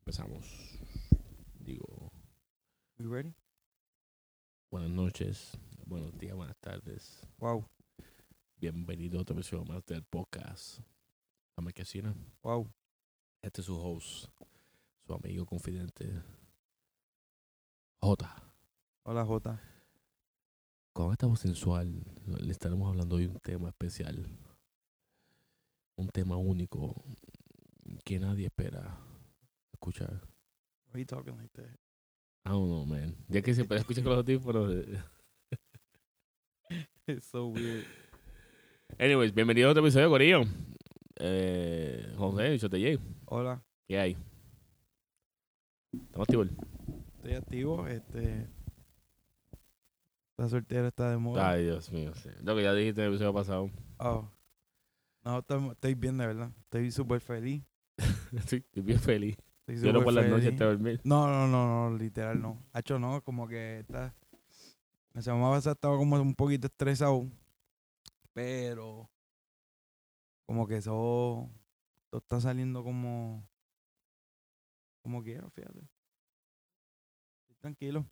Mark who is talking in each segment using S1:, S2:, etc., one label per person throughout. S1: Empezamos. Digo,
S2: You ready?
S1: buenas noches, buenos días, buenas tardes.
S2: Wow,
S1: Bienvenido a otro episodio más del podcast. La Marquesina.
S2: wow.
S1: Este es su host, su amigo confidente, J.
S2: Hola Jota.
S1: Con esta voz sensual, le estaremos hablando hoy un tema especial. Un tema único que nadie espera escuchar.
S2: Why you talking like that?
S1: I don't know, man. Ya que siempre escuchas con los audífonos. eh.
S2: It's so weird.
S1: Anyways, bienvenido a otro episodio, Corillo. Eh, José, yo te llego.
S2: Hola,
S1: ¿Qué hay? Estamos activos.
S2: estoy activo. Este. La soltera está de moda.
S1: Ay, Dios mío. sí. Lo que ya dijiste en el episodio pasado.
S2: Oh. No, estamos- estoy bien, de verdad. Estoy súper feliz.
S1: Sí, Estoy bien feliz.
S2: Estoy
S1: Yo no
S2: súper
S1: por las noches
S2: feliz.
S1: te dormir.
S2: No, no, no, no, literal no. Hacho no, como que está. La semana pasada estaba como un poquito estresado. Pero. Como que eso. Todo está saliendo como. Como quiero, fíjate. Estoy tranquilo.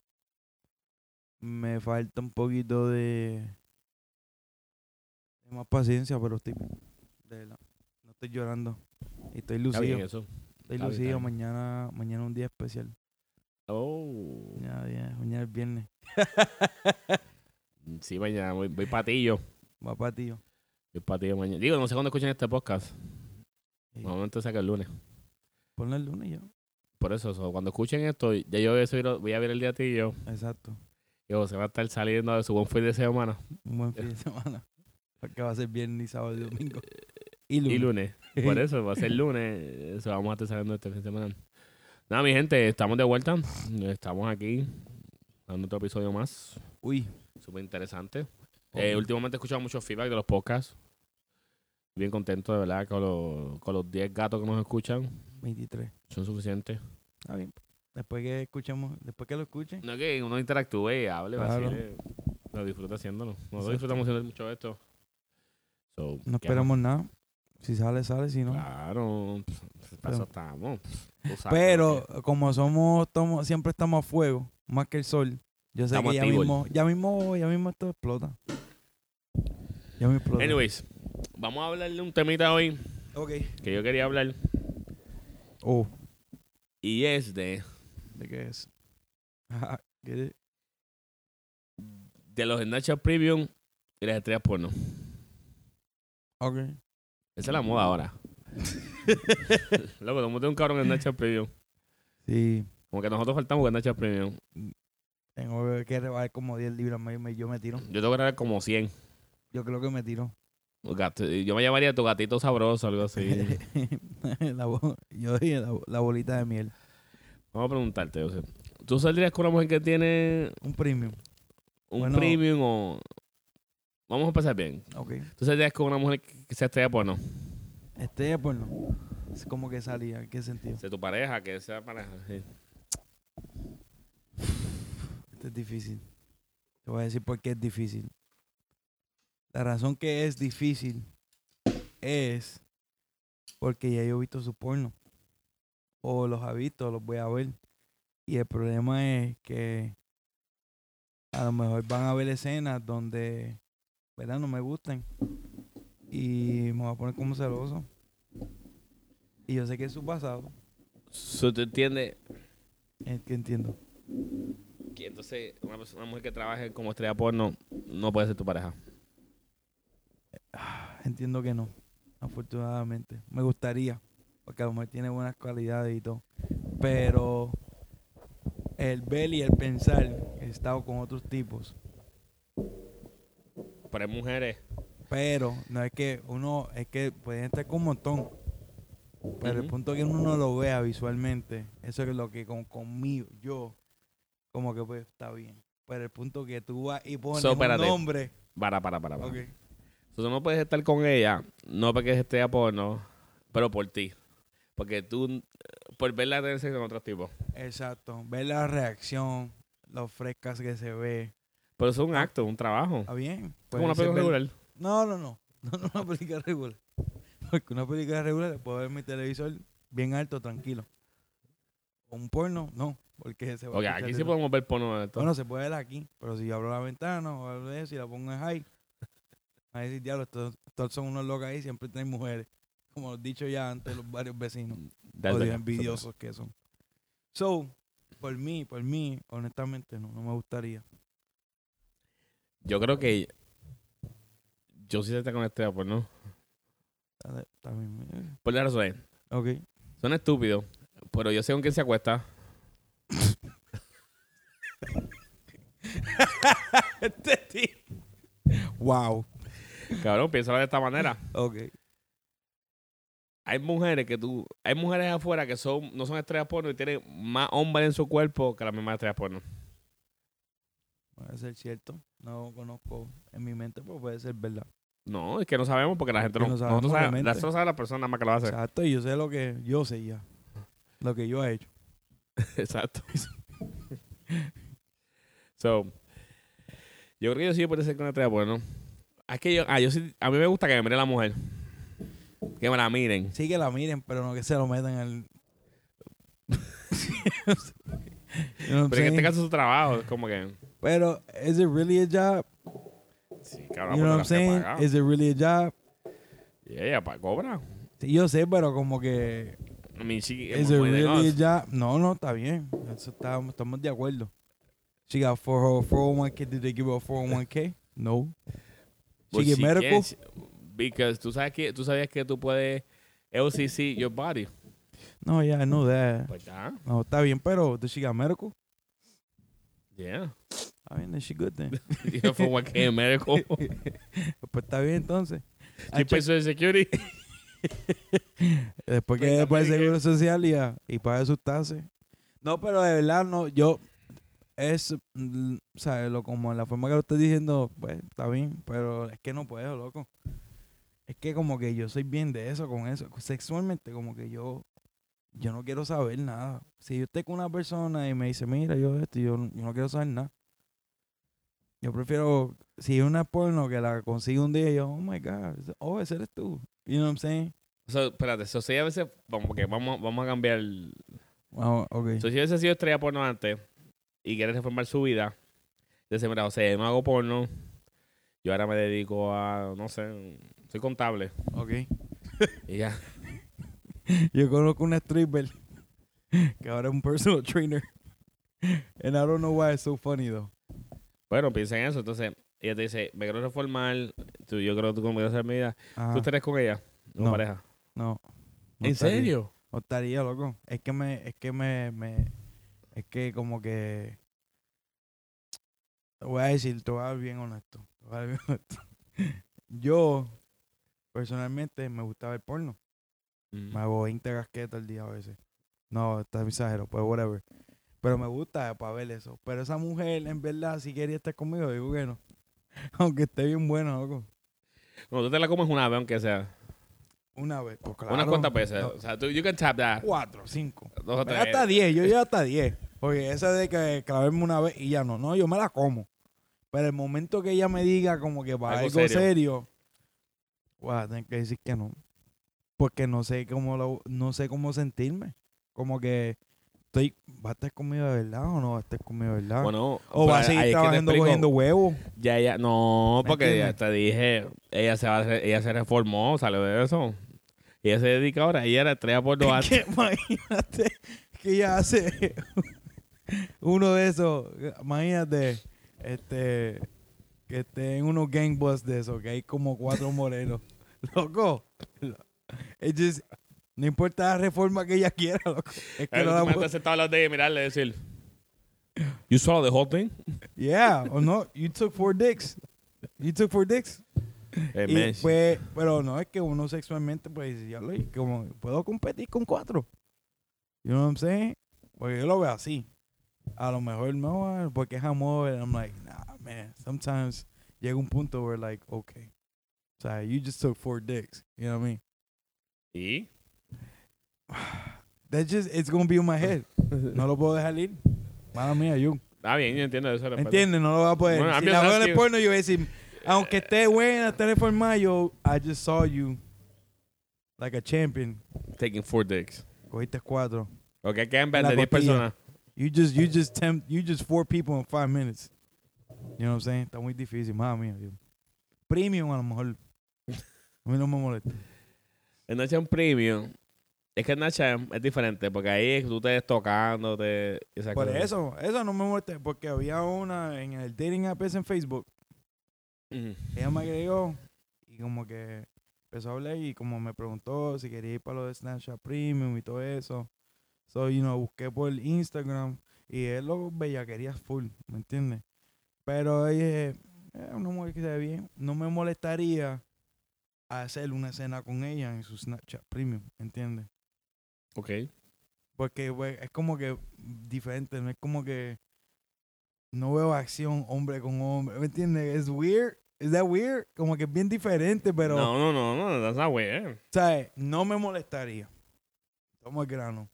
S2: Me falta un poquito de. de más paciencia, pero estoy. bien, De verdad. No estoy llorando. Y estoy
S1: Está
S2: lucido.
S1: bien eso.
S2: Estoy
S1: Está bien, está
S2: lucido.
S1: bien.
S2: Mañana, mañana un día especial.
S1: Oh.
S2: Ya, ya, mañana es viernes.
S1: Sí, mañana voy, voy patillo.
S2: Va para tío.
S1: Voy patillo mañana. Digo, no sé cuándo escuchan este podcast.
S2: Sí.
S1: Normalmente saca el lunes.
S2: Ponlo el lunes ya.
S1: Por eso, so, cuando escuchen esto, ya yo voy a, subir- voy a ver el día de yo.
S2: Exacto.
S1: Y José va a estar saliendo de su buen fin de semana.
S2: Un buen fin de semana. Porque va a ser viernes y sábado y domingo. Eh, Y lunes.
S1: Y lunes. Por eso, va a ser lunes. Eso vamos a estar saliendo este fin de semana. Nada, mi gente, estamos de vuelta. Estamos aquí dando otro episodio más.
S2: Uy.
S1: Súper interesante.
S2: ok.
S1: Eh, últimamente he escuchado mucho feedback de los podcasts. Bien contento, de verdad, con, los- con los 10 gatos que nos escuchan.
S2: 23.
S1: Son suficientes.
S2: Está bien. Después que escuchemos, después que lo escuchen.
S1: No es que uno interactúe y hable,
S2: Claro.
S1: vacile. eh, Lo disfruta haciéndolo. Nosotros
S2: Exacto.
S1: disfrutamos haciendo mucho esto. So,
S2: No
S1: ¿qué
S2: esperamos nada. Si sale, sale. Si no.
S1: Claro, pff, para eso estamos. Tú sabes lo
S2: Pero como somos, tomo- siempre estamos a fuego. Más que el sol. Yo sé
S1: Estamos
S2: que ya
S1: activos.
S2: mismo, ya mismo, ya mismo esto explota. Ya me explota.
S1: Anyways, vamos a hablar de un temita hoy
S2: Ok.
S1: que yo quería hablar
S2: Oh.
S1: y es de,
S2: ¿De qué es? Ajá, get it?
S1: de los Snapchat Premium y las estrellas porno.
S2: Ok.
S1: Esa es la moda ahora. Loco, tomate un cabrón en Snapchat Premium.
S2: Sí.
S1: Como que nosotros faltamos con Snapchat Premium.
S2: Tengo que rebajar como 10 libras más y me- yo me tiro.
S1: Yo tengo que ganar como 100.
S2: Yo creo que me tiro.
S1: Un gato- Yo me llamaría tu gatito sabroso, algo así.
S2: la, bo- yo dije la, bo- la bolita de miel.
S1: Vamos a preguntarte, José. ¿Tú saldrías con una mujer que tiene
S2: Un premium.
S1: un
S2: Bueno.
S1: premium o...? Vamos a empezar bien.
S2: Ok.
S1: ¿Tú saldrías con una mujer que que sea estrella porno?
S2: Este, pues no. Es como que salía. ¿En qué sentido?
S1: De tu pareja, que sea pareja. sí.
S2: Este es difícil. Te voy a decir por qué es difícil. La razón que es difícil es porque ya yo he visto su porno. O los ha visto, los voy a ver. Y el problema es que a lo mejor van a ver escenas donde, ¿verdad? No me gustan. Y me voy a poner como celoso. Y yo sé que es su pasado.
S1: So, ¿Tú entiendes
S2: Es que entiendo.
S1: que entonces una, persona- una mujer que trabaje como estrella porno no puede ser tu pareja?
S2: Entiendo que no, afortunadamente. Me gustaría, porque a lo mejor tiene buenas cualidades y todo. Pero el ver y el pensar, he estado con otros tipos.
S1: Pero hay mujeres.
S2: Pero no es que uno, es que pueden estar con un montón. Pero el
S1: Ujú.
S2: punto es que uno no lo vea visualmente, eso es lo que con, conmigo, yo, como que pues está bien. Pero el punto que tú vas y pones un
S1: espérate.
S2: nombre.
S1: Para, para, para. para.
S2: Ok.
S1: So, tú no puedes estar con ella, no porque es estrella porno, pero por ti. Porque tú, eh, por verla tener sexo con otros tipos.
S2: Exacto. Ver la reacción, lo frescas que se ve.
S1: Pero eso es
S2: Ah.
S1: un acto, un trabajo.
S2: Está bien.
S1: Es como una
S2: puede ser
S1: película
S2: ver-
S1: regular.
S2: No, no, no. No, no una película regular. Porque una película regular la puedo ver en mi televisor bien alto, tranquilo. un porno, no, porque se va
S1: Ok,
S2: a escuchar
S1: aquí sí
S2: de-
S1: podemos ver porno de esto.
S2: Bueno, se puede ver aquí, pero si yo abro la ventana o algo de eso y la pongo en high, a decir, diablo, estos, estos son unos locos ahí, siempre tienen mujeres. Como lo he dicho ya antes, los varios vecinos.
S1: Dale, dale,
S2: o de
S1: dale.
S2: envidiosos que son. So, por mí, por mí, honestamente, no, no me gustaría.
S1: Yo creo que yo sí te conecté a porno.
S2: Está- está bien, eh,
S1: Por la razón es,
S2: Ok.
S1: son estúpidos, pero yo sé con quién se acuesta.
S2: este tío. Wow.
S1: Cabrón, piénsalo de esta manera.
S2: Ok.
S1: Hay mujeres que tú, hay mujeres afuera que son, no son estrellas porno y tienen más hombres en su cuerpo que las mismas estrellas porno.
S2: Puede ser cierto. No conozco en mi mente, pero puede ser verdad.
S1: No, es que no sabemos porque la gente no,
S2: Que no
S1: nosotros
S2: sabemos,
S1: sabemos,
S2: obviamente.
S1: la, solo sabe la persona más que lo hace.
S2: Exacto, y yo sé lo que yo sé ya. Lo que yo he hecho.
S1: Exacto. so, yo creo que yo sí puedo ser con estrella porno. Es que yo, ah, yo sí, a mí me gusta que me mire la mujer. Que me la miren.
S2: Sí que la miren, pero no que se lo metan al. You know what I'm
S1: Pero en este
S2: saying?
S1: caso es su trabajo, es como que.
S2: Pero, ¿es it really a job?
S1: Sí,
S2: You
S1: cabrón, pero Ah,
S2: know what
S1: la
S2: I'm
S1: gente
S2: saying?
S1: paga.
S2: ¿Is it really a job?
S1: Y ella pa- cobra.
S2: Sí, yo sé, pero como que.
S1: I mean, she,
S2: ¿Es it
S1: muy de
S2: really a
S1: nos.
S2: job? No, no, está bien. Eso está- estamos de acuerdo. She got 40- 401k. Did they give her a 401k? No. She
S1: But
S2: get
S1: she
S2: medical?
S1: can't, Pues because tú sabes que tú sabías que tú puedes LCC your body.
S2: No, yeah, I know that.
S1: Pues ya,
S2: No, está bien, pero. Did she got medical?
S1: yeah.
S2: Está bien, then she good then.
S1: You for what came medical.
S2: pues está bien entonces.
S1: You pay social security. Pues
S2: Después que después el
S1: también
S2: seguro social y, a- y paga sus tasas. No, pero de verdad, no, yo es, mm, ¿sabes? Lo, como la forma que lo estoy diciendo, pues está bien, pero es que no puedo, loco. Es que como que yo soy bien de eso, con eso. Sexualmente, como que yo, yo no quiero saber nada. Si yo estoy con una persona y me dice, mira, yo esto, yo, no- yo no quiero saber nada. Yo prefiero, si es una porno que la consigo un día, yo, oh my God, oh, ese eres tú. You know what I'm saying?
S1: So, espérate, so, si a veces, vamos, porque vamos, vamos a cambiar. el-
S2: Wow, okay.
S1: So, si hubiese sido estrella porno antes y quieres reformar su vida, dice, mira, o sea, yo no hago porno, yo ahora me dedico a, no sé, soy contable.
S2: Ok.
S1: Y ya.
S2: Yo conozco una stripper que ahora es un personal trainer. And I don't know why it's so funny though.
S1: Bueno, piensa en eso. Entonces, ella te dice, me quiero reformar, tú, yo creo que tú como hacer mi vida.
S2: Ajá,
S1: ¿Tú estarías con ella? Como
S2: Ah. No.
S1: pareja.
S2: no. no
S1: ¿En
S2: estaría-
S1: serio?
S2: No estaría, loco. Es que me, es que me, me- es que como que te voy a decir, te voy a dar bien honesto. te voy a dar bien honesto. Yo personalmente me gusta ver porno. Me hago 20 casquetas al día a veces. No, está exagero, pues whatever. Pero me gusta para ver eso. Pero esa mujer, en verdad, si quería estar conmigo, digo que no. Aunque esté bien buena, loco.
S1: No, tú te la comes una vez, aunque sea.
S2: Una vez, pues claro.
S1: Unas cuantas veces.
S2: No,
S1: O sea, tú, you can tap that.
S2: cuatro, cinco.
S1: Dos o
S2: Pero hasta
S1: tres.
S2: 10, yo llego hasta 10. Porque esa de que clavarme una vez y ya no. No, yo me la como. Pero el momento que ella me diga como que para
S1: Algo
S2: algo,
S1: serio.
S2: serio, voy a tener que decir que no. Porque no sé cómo lo- no sé cómo sentirme. Como que estoy, ¿va a estar conmigo de verdad o no va a estar conmigo de verdad?
S1: Bueno,
S2: o va a
S1: pero ahí
S2: seguir
S1: es que te
S2: trabajando
S1: explico.
S2: cogiendo huevos.
S1: Ya, ya, no,
S2: ¿Me
S1: porque ya
S2: entiendes?
S1: te dije, ella se, va, a re- ella se reformó, salió de eso. Y Ella se dedica ahora, ella era estrella por
S2: Es
S1: lo alto.
S2: que imagínate que ella hace uno de esos, imagínate, este, que esté en unos gangbus de esos, que hay como cuatro morenos. Loco, lo- it's just- no importa la reforma que ella quiera, loco. Es que
S1: Pero
S2: no la
S1: tú
S2: puedo-
S1: me sentado al lado de ella y mirarle y decir, ¿You saw the whole thing?
S2: Yeah, o no, you took four dicks. You took four dicks.
S1: Eh,
S2: Y
S1: man,
S2: pues, pero no, es que uno sexualmente, pues, ya lo como, puedo competir con cuatro. You know what I'm saying? Porque yo lo veo así. A lo mejor no, ah, porque es amor. And I'm like, nah, man, sometimes llega un punto where, like, okay. O sea, you just took four dicks. You know what I mean?
S1: ¿Y?
S2: That just, it's gonna be in my head. No lo puedo dejar ir. Mala mía, yo.
S1: Está bien, yo entiendo eso. respeto.
S2: ¿Entiendes? No lo voy a poder.
S1: Bueno, I'm
S2: si
S1: just
S2: la veo en
S1: asking-
S2: el porno, yo voy a decir, aunque esté buena, esté reformada, yo, I just saw you like a champion.
S1: Taking four dicks.
S2: Cogiste cuatro.
S1: Porque quedan
S2: La
S1: de 10
S2: cotilla.
S1: personas.
S2: You just, you just tempt, you just four people in five minutes. You know what I'm saying? Está muy difícil, madre mía. yo- Premium a lo mejor. A mí no me molesta.
S1: En Nachan Premium, es que en Nachan es diferente, porque ahí es que tú te ves tocando, te... esas
S2: Por
S1: cosas.
S2: eso, eso no me molesta. Porque había una en el dating app ese en Facebook.
S1: Ujú.
S2: Ella me agregó y como que empezó a hablar y como me preguntó si quería ir para lo de Snapchat Premium y todo eso. So, you know, busqué por Instagram y es lo bellaquería full, ¿me entiendes? Pero dije, eh, una mujer que se ve bien, no me molestaría hacer una escena con ella en su Snapchat Premium, ¿entiendes?
S1: Ok.
S2: Porque pues, es como que diferente, no es como que no veo acción hombre con hombre, ¿me entiendes? Es weird, es that weird, como que es bien diferente, pero
S1: No, no, no, no, that's not weird.
S2: ¿sabes? no me molestaría. Tomo el grano.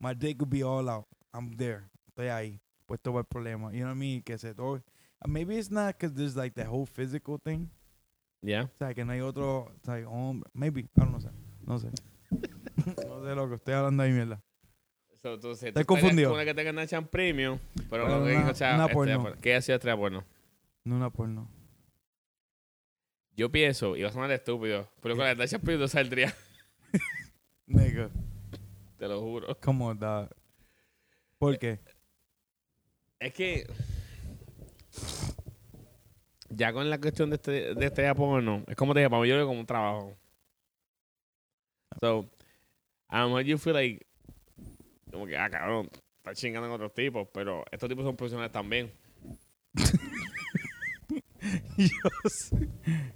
S2: My dick could be all out. I'm there. Estoy ahí. Puesto para el problema. You know what I mean? Que se todo. Maybe it's not because there's like that whole physical thing.
S1: Yeah.
S2: O sea, que no hay otro, o sea, hombre. Maybe. I don't know, o sea, no sé. no sé lo que estoy hablando ahí, mierda.
S1: So, entonces,
S2: Estoy
S1: tú estarías
S2: confundido.
S1: con Una que tenga Nachan Premium, pero
S2: Pero
S1: no que
S2: una-
S1: o sea,
S2: una
S1: estrella
S2: porno.
S1: porno. ¿Qué ha sido estrella porno?
S2: No, una porno.
S1: Yo pienso, y va a sonar estúpido, pero con la Nachan Premium no saldría,
S2: Nigga,
S1: te lo juro.
S2: come on, dog. ¿Por qué?
S1: Es que... Ya con la cuestión de este, de estrella porno, es como te dije, para mí yo lo veo como un trabajo. So, a lo mejor yo feel like... Como que, ah, cabrón, está chingando con otros tipos, pero estos tipos son profesionales también.
S2: yo, sé-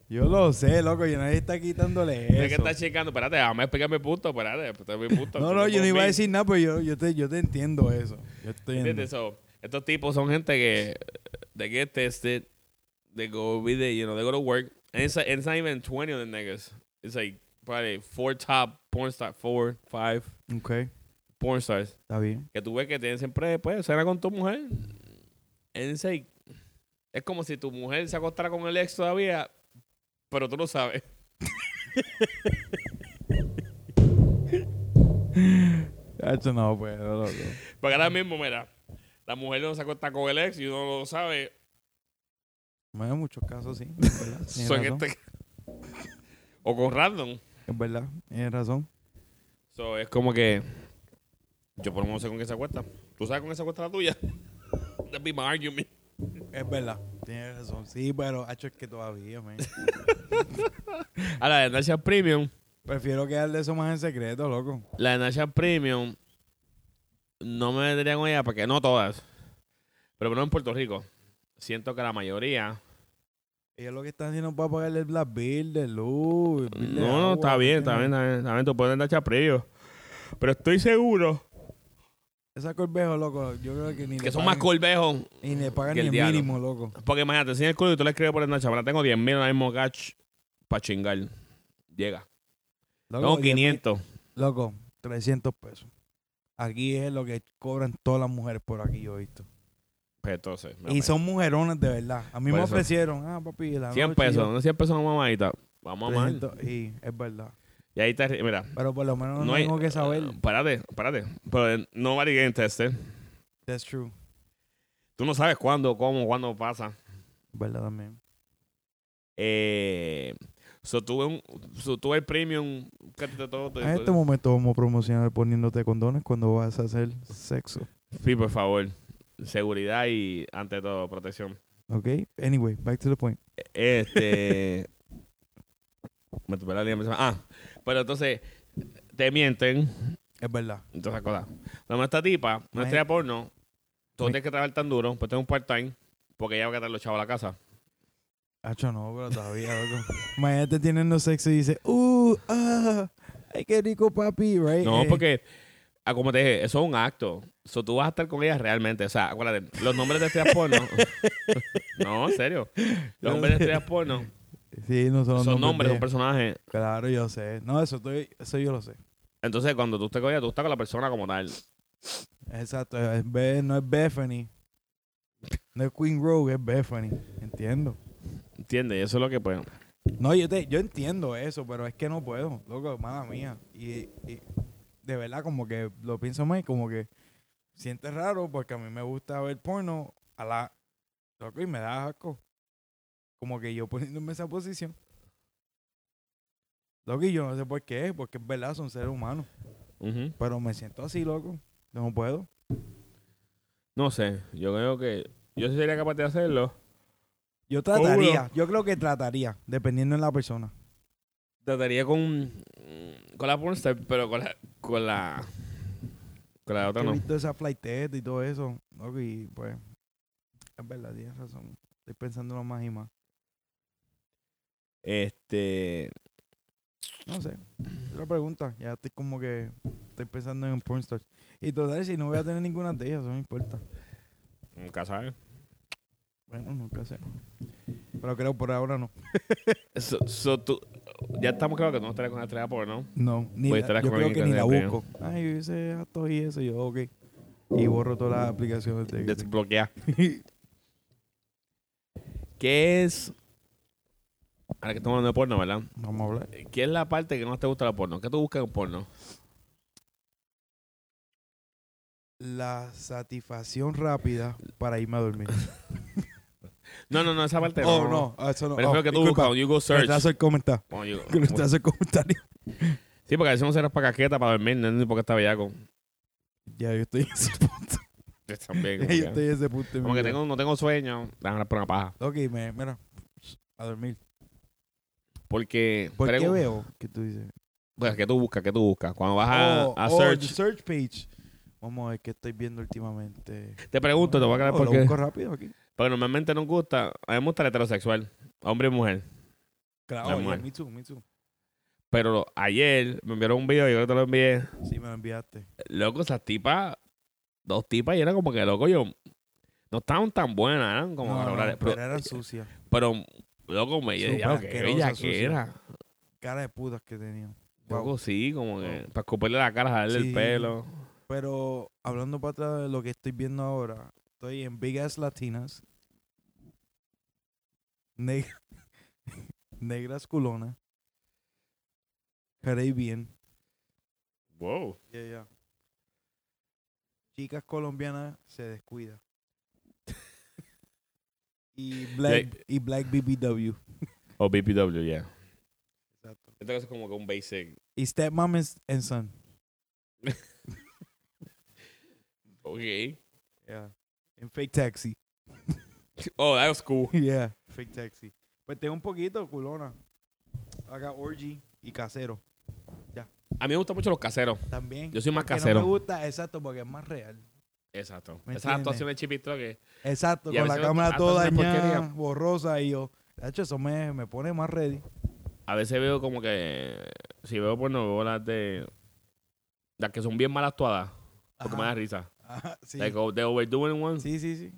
S2: yo lo sé, loco. Y nadie está quitándole eso.
S1: Es que está chingando, espérate, déjame explicar mi punto, espérate, este es mi punto.
S2: No,
S1: tú
S2: no, yo no iba a
S1: conmigo.
S2: decir nada, pero yo, yo, te, yo te entiendo eso. Yo estoy
S1: ¿Entiendes? So, estos tipos son gente que they get tested, they go every day, you know, they go to work, and it's, like, it's not even 20 of the niggas. It's like probably four top porn stars, four, five
S2: Ok,
S1: porn stars.
S2: está bien.
S1: Que tú ves que tienen siempre, pues, cena con tu mujer. And it's like, es como si tu mujer se acostara con el ex todavía, pero tú lo sabes.
S2: Eso no, pues, no, loco.
S1: Porque ahora mismo, mira, la mujer no se acuesta con el ex y uno lo sabe.
S2: Bueno, en muchos casos sí. Es verdad. Tienes
S1: Son
S2: razón,
S1: este... o con random.
S2: Es verdad, tienes razón.
S1: So, es como que yo por lo menos sé con quién se acuesta. ¿Tú sabes con quién se acuesta la tuya? That be my argument.
S2: Es verdad, tienes razón. Sí, pero hacho es que todavía, man.
S1: A la de Nacha Premium,
S2: Prefiero quedarle eso más en secreto, loco.
S1: la de Nacha Premium no me vendría con ella porque no todas. Pero no en Puerto Rico. Siento que la mayoría.
S2: Ellos lo que están haciendo para pagarle el Black Bill de luz. el bill de
S1: No, no,
S2: agua,
S1: está bien, está
S2: ¿entiendes?
S1: bien, está bien, está bien, Tú puedes Nacha Premium. Pero estoy seguro
S2: Esa corbejo, loco, yo creo que ni le
S1: que son más
S2: pagan,
S1: colvejos.
S2: Y le pagan
S1: que
S2: ni
S1: el
S2: el
S1: diablo.
S2: mínimo, loco.
S1: Porque imagínate, sin el culo y tú le escribes por el Nacha. Ahora tengo 10.000 mil ahora mismo, gach, para chingar. Llega.
S2: Loco,
S1: Tengo
S2: oye,
S1: 500.
S2: Loco, 300 pesos. Aquí es lo que cobran todas las mujeres por aquí, yo he visto.
S1: Pues entonces. me
S2: Y son mujeronas de verdad. A mí
S1: Por
S2: me
S1: eso.
S2: ofrecieron, ah, papi, la
S1: 100
S2: noche,
S1: pesos,
S2: yo,
S1: no 100 pesos una mamadita. Vamos a mamar.
S2: 300, Y es verdad.
S1: Y ahí está, mira.
S2: Pero por lo menos no,
S1: No hay-
S2: tengo que saber.
S1: eh, Párate, párate. Pero eh, nobody getting tested.
S2: That's true.
S1: Tú no sabes cuándo, cómo, cuándo pasa.
S2: Verdad también.
S1: Eh, so tuve un so tuve el premium que te- todo te-
S2: En este momento vamos a promocionar poniéndote condones cuando vas a hacer sexo.
S1: Sí, por favor. Seguridad y ante todo protección.
S2: ¿Ok? Anyway, back to the point.
S1: Este me tuve la línea pensaba- Ah, pero entonces te mienten
S2: Es verdad.
S1: y todas esas cosas. Pero esta tipa, no
S2: Imagínate.
S1: estrella porno, tú no
S2: Me-
S1: tienes que trabajar tan duro, pues tengo un part-time, porque ella va a traer los chavos a la casa.
S2: Hacho, no, pero todavía, loco. Imagínate teniendo sexo y dice, uh, ah, ay, qué rico, papi, right?
S1: No,
S2: Eh,
S1: porque, ah, como te dije, eso es un acto. So, tú vas a estar con ella realmente. O sea, acuérdate, los nombres de estrellas porno. no, en serio. Los nombres de estrellas porno
S2: Sí, no son los
S1: son nombres de un
S2: de-
S1: personaje.
S2: Claro, yo sé. No, eso, estoy, eso yo lo sé.
S1: Entonces, cuando tú estás con ella, tú estás con la persona como tal.
S2: Exacto, es Be- no es Bethany. No es Queen Rogue, es Bethany. Entiendo.
S1: ¿Entiendes? Eso es lo que pues.
S2: No, yo, te, yo entiendo eso, pero es que no puedo, loco, mala mía. Y, y- de verdad, como que lo pienso más y como que sientes raro porque a mí me gusta ver porno a la. Loco, y me da asco. Como que yo poniéndome en esa posición. Loco, y yo no sé por qué, porque es verdad, son seres humanos.
S1: Ujú.
S2: Pero me siento así, loco. No puedo.
S1: No sé, yo creo que yo sí sería capaz de hacerlo.
S2: Yo trataría, yo creo que trataría, dependiendo de la persona.
S1: Trataría con, con la pornstar, pero con la, con la, con la otra
S2: Yo
S1: no.
S2: He visto esa flighteta y todo eso. loco, y pues, es verdad, tienes razón. Estoy pensándolo más y más.
S1: Este,
S2: No sé. Otra pregunta. Ya estoy como que estoy pensando en pornstars. Y total, si no voy a tener ninguna de ellas, eso no importa.
S1: nunca sabes.
S2: Bueno, nunca sé. Pero creo por ahora no.
S1: So, so tú- ya estamos claro que tú no estarías con la estrella porno.
S2: No, ni
S1: Pues
S2: la,
S1: estarás
S2: yo
S1: con
S2: creo
S1: alguien
S2: que ni
S1: que
S2: la
S1: tenga
S2: busco. Ay, yo hice actos y eso. Yo, ok. Y borro todas las aplicaciones. de-
S1: Desbloquea. ¿Qué es? Ahora que estamos hablando de porno, ¿verdad?
S2: Vamos a hablar.
S1: ¿Qué es la parte que no te gusta del porno? ¿Qué tú buscas en porno?
S2: La satisfacción rápida para irme a dormir.
S1: No, no, no, esa parte
S2: Oh, no. ah, Eso no.
S1: Pero es lo
S2: oh,
S1: que tú buscas,
S2: disculpa.
S1: cuando you go search.
S2: Retraso el comentario.
S1: Cuando you-
S2: Retraso el comentario.
S1: Sí, porque a veces uno se raspa caqueta para dormir, no es ni porque está bellaco.
S2: Ya, yo estoy en ese punto.
S1: También,
S2: Ya,
S1: como
S2: yo
S1: que,
S2: estoy en ese punto. en mi
S1: como que
S2: vida.
S1: tengo, no tengo sueño, déjame por una paja.
S2: Ok, me, mira. A dormir.
S1: Porque,
S2: ¿Por qué
S1: pregun-
S2: veo que tú dices?
S1: Pues, ¿qué tú buscas? ¿Qué tú buscas? Cuando vas a,
S2: Oh,
S1: Ah, a
S2: oh,
S1: search,
S2: the search page. Vamos a ver qué estoy viendo últimamente.
S1: te pregunto, te voy a aclarar
S2: Oh,
S1: por
S2: lo
S1: qué.
S2: busco rápido aquí.
S1: Porque normalmente nos gusta, a mí me gusta el heterosexual, hombre y mujer.
S2: Claro,
S1: La
S2: oye,
S1: mujer.
S2: me too, me too.
S1: Pero ayer me enviaron un video, yo creo que te lo envié.
S2: Sí, me lo enviaste.
S1: Loco, esas tipas, dos tipas, y era como que loco, yo. No estaban tan buenas, eran como.
S2: No, no,
S1: regulares,
S2: pero
S1: pero,
S2: eran sucias.
S1: pero, loco, me
S2: Súper
S1: decía, que
S2: asquerosas,
S1: ella
S2: sucias.
S1: que era.
S2: Cara de putas que tenían. Wow.
S1: Loco, sí, como que. Para escuparle la cara, jalarle
S2: Sí.
S1: el pelo.
S2: Pero hablando para atrás de lo que estoy viendo ahora, estoy en Big Ass Latinas, neg- Negras Culonas, Caribbean,
S1: Wow.
S2: yeah, yeah. Chicas Colombianas se descuida. y, Black, y Black BBW.
S1: O BPW, ya.
S2: Exacto.
S1: Esto es como que un basic.
S2: Y Stepmom and and Son.
S1: Ok.
S2: Yeah. En Fake Taxi.
S1: Oh, that was cool.
S2: Yeah. Fake taxi. Pues tengo un poquito, culona. Haga orgy y casero.
S1: A mí me gustan mucho los caseros.
S2: También.
S1: Yo soy más
S2: Que
S1: casero.
S2: No me gusta, exacto, porque es más real.
S1: Exacto.
S2: ¿Me
S1: Esas
S2: entiendes?
S1: actuaciones chipistro que.
S2: Exacto,
S1: Y a
S2: con la
S1: veces
S2: cámara
S1: hasta
S2: toda
S1: hace una
S2: dañada,
S1: porquería.
S2: borrosa y yo. De hecho, eso me, me pone más ready.
S1: A veces veo como que. Si veo porno, veo las de. Las que son bien mal actuadas. Porque me da
S2: Ajá,
S1: risa.
S2: ajá, sí.
S1: Like, oh, the overdoing one.
S2: sí, sí, sí.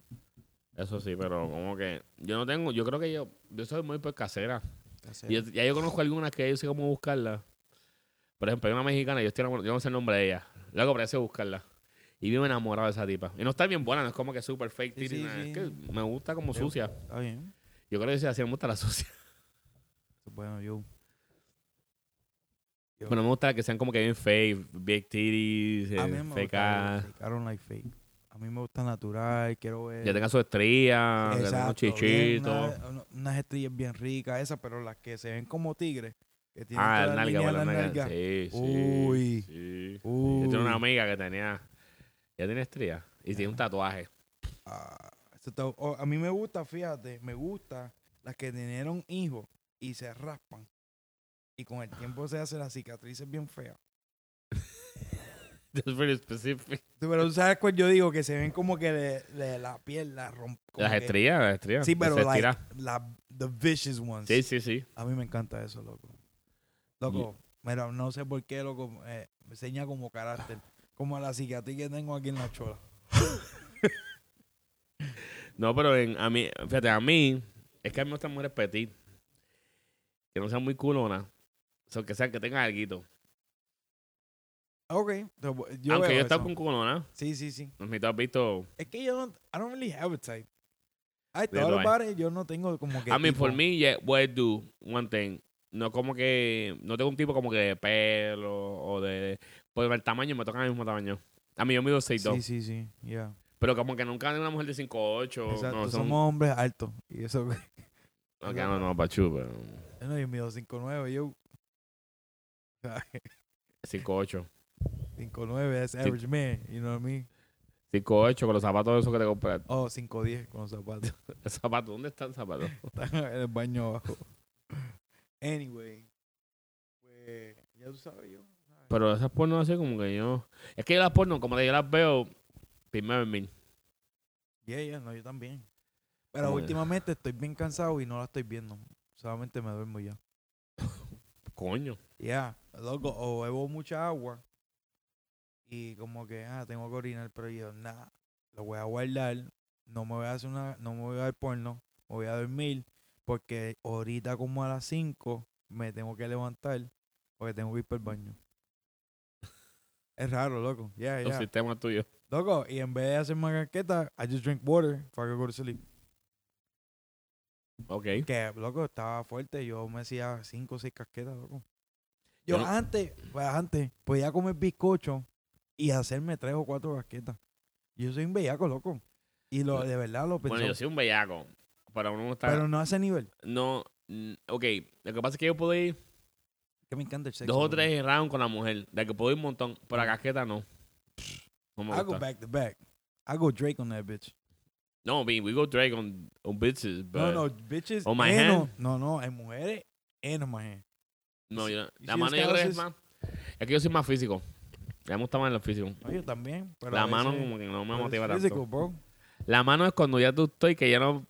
S1: Eso sí, pero como que. Yo no tengo. Yo creo que yo. Yo soy muy pues casera.
S2: Casero.
S1: Y yo- ya yo conozco algunas que yo sé cómo buscarlas. Por ejemplo, hay una mexicana, yo, estoy enamorado- yo no sé el nombre de ella. Luego parece buscarla. Y vivo enamorado de esa tipa. Y no está bien buena, no es como que super fake.
S2: Sí,
S1: titty,
S2: sí,
S1: nada.
S2: sí.
S1: Es que me gusta como
S2: Sí.
S1: sucia.
S2: Está bien.
S1: Yo creo que sí, así me gusta la sucia.
S2: Bueno, yo. Yo-
S1: Pero no me gusta que sean como que bien fake, big titties,
S2: a
S1: eh,
S2: mí no me
S1: fake
S2: gusta
S1: ass,
S2: fake. I don't like fake. A mí me gusta natural, quiero ver.
S1: que tengan su estría, que tengan un
S2: Exacto, bien,
S1: chichito.
S2: una- una- unas estrellas bien ricas, esas, pero las que se ven como tigres. Que tienen
S1: Ah,
S2: toda
S1: el
S2: la
S1: nalga,
S2: línea de
S1: bueno,
S2: la
S1: nalga.
S2: nalga.
S1: Sí, sí.
S2: Uy.
S1: sí.
S2: Uy,
S1: Yo tenía una amiga que tenía. Ella tiene estría y tiene un tatuaje.
S2: ah, eso está- oh, a mí me gusta, fíjate, me gusta las que tenieron hijos y se raspan. Y con el tiempo se hacen las cicatrices bien feas.
S1: That's very specific.
S2: Tú, Pero tú sabes cuál yo digo, que se ven como que le- le- la piel la rompe.
S1: Las estrías, las estrías.
S2: Sí, pero
S1: Se
S2: like,
S1: estira.
S2: la, the vicious ones.
S1: Sí, sí, sí.
S2: A mí me encanta eso, loco. Loco, mira, no sé por qué, loco, eh, me enseña como carácter. Como la cicatriz que tengo aquí en la chola.
S1: No, pero en- a mí, fíjate, a mí, es que a mí me gustan muy petit. Que no sean muy culonas. O sea, que sean, que tengan algo.
S2: Ok. Yo
S1: Aunque
S2: veo
S1: yo he estado
S2: eso.
S1: con culonas,
S2: Sí, sí, sí.
S1: no sé si tú has visto.
S2: Es que yo no... I don't really have a type. I
S1: Neither
S2: thought
S1: do I.
S2: about it. Yo no tengo como que
S1: A mí,
S2: tipo.
S1: por mí, yeah, what I do, one thing. No como que, no tengo un tipo como que de pelo o de Por el tamaño me tocan el mismo tamaño. A mí yo mido 6'2.
S2: Sí, sí, sí. Yeah.
S1: Pero como que nunca hay una mujer de 5'8.
S2: Exacto.
S1: No, son-
S2: Somos hombres altos. Y eso.
S1: Ok, no, no, Pachu, pero
S2: Yo no, yo mido 5'9, yo.
S1: 5'8.
S2: 5'9, that's average man, you know what I mean?
S1: 5'8 con los zapatos esos que te compraste.
S2: Oh, 5'10 con los zapatos.
S1: El zapato, ¿dónde está el zapato?
S2: Están en el baño abajo. Anyway, pues, ya tú sabes yo.
S1: Pero esas porno así como que yo... Es que yo las porno, como que yo las veo, primero en mí.
S2: Yeah, yeah, no, yo también. Pero
S1: Bueno.
S2: últimamente estoy bien cansado y no la estoy viendo. Solamente me duermo ya.
S1: Coño.
S2: Yeah, loco, o bebo mucha agua y como que, ah, tengo que orinar, pero yo, nada, lo voy a guardar, no me voy a hacer una, no me voy a ver porno, me voy a dormir, porque ahorita como a las 5 me tengo que levantar porque tengo que ir para el baño. Es raro, loco. Yeah,
S1: El
S2: yeah.
S1: sistema tuyo.
S2: Loco, y en vez de hacer más carqueta, I just drink water para I go to sleep.
S1: Ok.
S2: Que, loco, estaba fuerte. Yo me hacía cinco o seis casquetas, loco.
S1: Yo
S2: Yo
S1: no-
S2: antes, pues antes, podía comer bizcocho y hacerme tres o cuatro casquetas. Yo soy un bellaco, loco. Y lo,
S1: Bueno,
S2: de verdad lo pensé.
S1: Bueno, yo soy un bellaco. Para uno está...
S2: pero no a ese nivel.
S1: No... mm, Ok, lo que pasa es que yo puedo ir
S2: Que me encanta el sexo.
S1: dos o
S2: loco.
S1: tres rounds con la mujer. De que puedo ir un montón. Pero la casqueta no. No me
S2: I go
S1: gusta.
S2: back to back. I go Drake on that bitch.
S1: No, I mean, we go drag on, on bitches, but...
S2: no, no, bitches.
S1: On my
S2: eno.
S1: hand?
S2: No, no, hay mujeres en my hand.
S1: No, yo,
S2: you
S1: la
S2: see
S1: mano
S2: those
S1: yo creo que es
S2: calluses?
S1: más. Es que yo soy más físico. Ya me gusta más lo físico.
S2: No, yo también. Pero
S1: la
S2: a
S1: mano
S2: veces-
S1: como que no me
S2: pero
S1: motiva
S2: es
S1: tanto.
S2: physical, bro.
S1: La mano es cuando ya tú estoy que ya no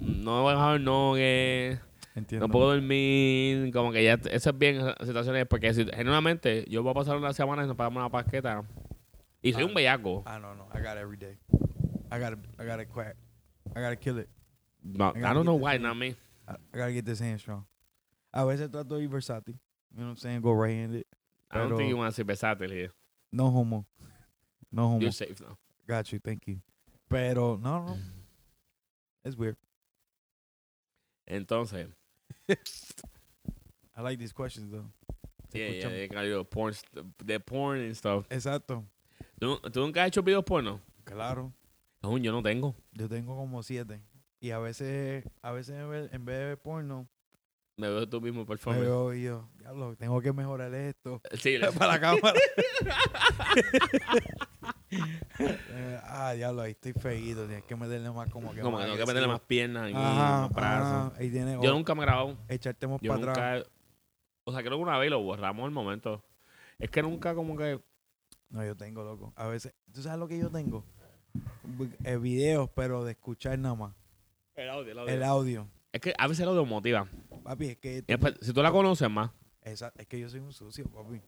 S1: no he bajado el nogue,
S2: Entiendo.
S1: no puedo dormir, como que ya eso es bien esas situaciones porque si, generalmente yo voy a pasar una semana y nos pagamos una paqueta y soy
S2: Ah.
S1: un bellaco.
S2: I don't know. I got it every day. I got I got to quack. I got to kill it.
S1: No, I
S2: I gotta
S1: don't know
S2: get
S1: why, not me.
S2: I, I gotta get this hand strong. A veces trato de ir versátil. You know what I'm saying? Go right handed.
S1: I don't
S2: Pero-
S1: think you want to be versatile here.
S2: No homo. No homo.
S1: You're safe now.
S2: Got you. Thank you. Pero no,
S1: Mm.
S2: no. It's weird.
S1: Entonces,
S2: I like these questions though. Te
S1: yeah, yeah,
S2: escuchan.
S1: they got your porn, st- the porn and stuff.
S2: Exacto.
S1: ¿Tú, tú nunca has hecho videos porno?
S2: Claro.
S1: No, yo no tengo.
S2: Yo tengo como siete. Y a veces, a veces en vez- en vez de ver porno,
S1: Me veo tú mismo, por
S2: me
S1: favor.
S2: veo y yo, diablo, tengo que mejorar esto
S1: Sí, le-
S2: para la cámara. Eh, ah, diablo, ahí estoy feíto. Tienes que meterle más como que
S1: como que tengo que meterle
S2: agresivo.
S1: más piernas aquí,
S2: Ajá,
S1: más brazos.
S2: ajá, ahí tiene
S1: Yo
S2: oh,
S1: nunca me he grabado.
S2: echarte más
S1: Yo
S2: para atrás.
S1: nunca. O sea, creo que una vez lo borramos el momento. Es que nunca, como que.
S2: No, yo tengo, loco. A veces, ¿tú sabes lo que yo tengo? Bu- eh, videos, pero de escuchar nada más.
S1: El audio, el audio.
S2: El audio.
S1: Es que a veces el audio motiva.
S2: Papi, es que,
S1: Y después, si tú la conoces más,
S2: esa- es que yo soy un sucio, papi.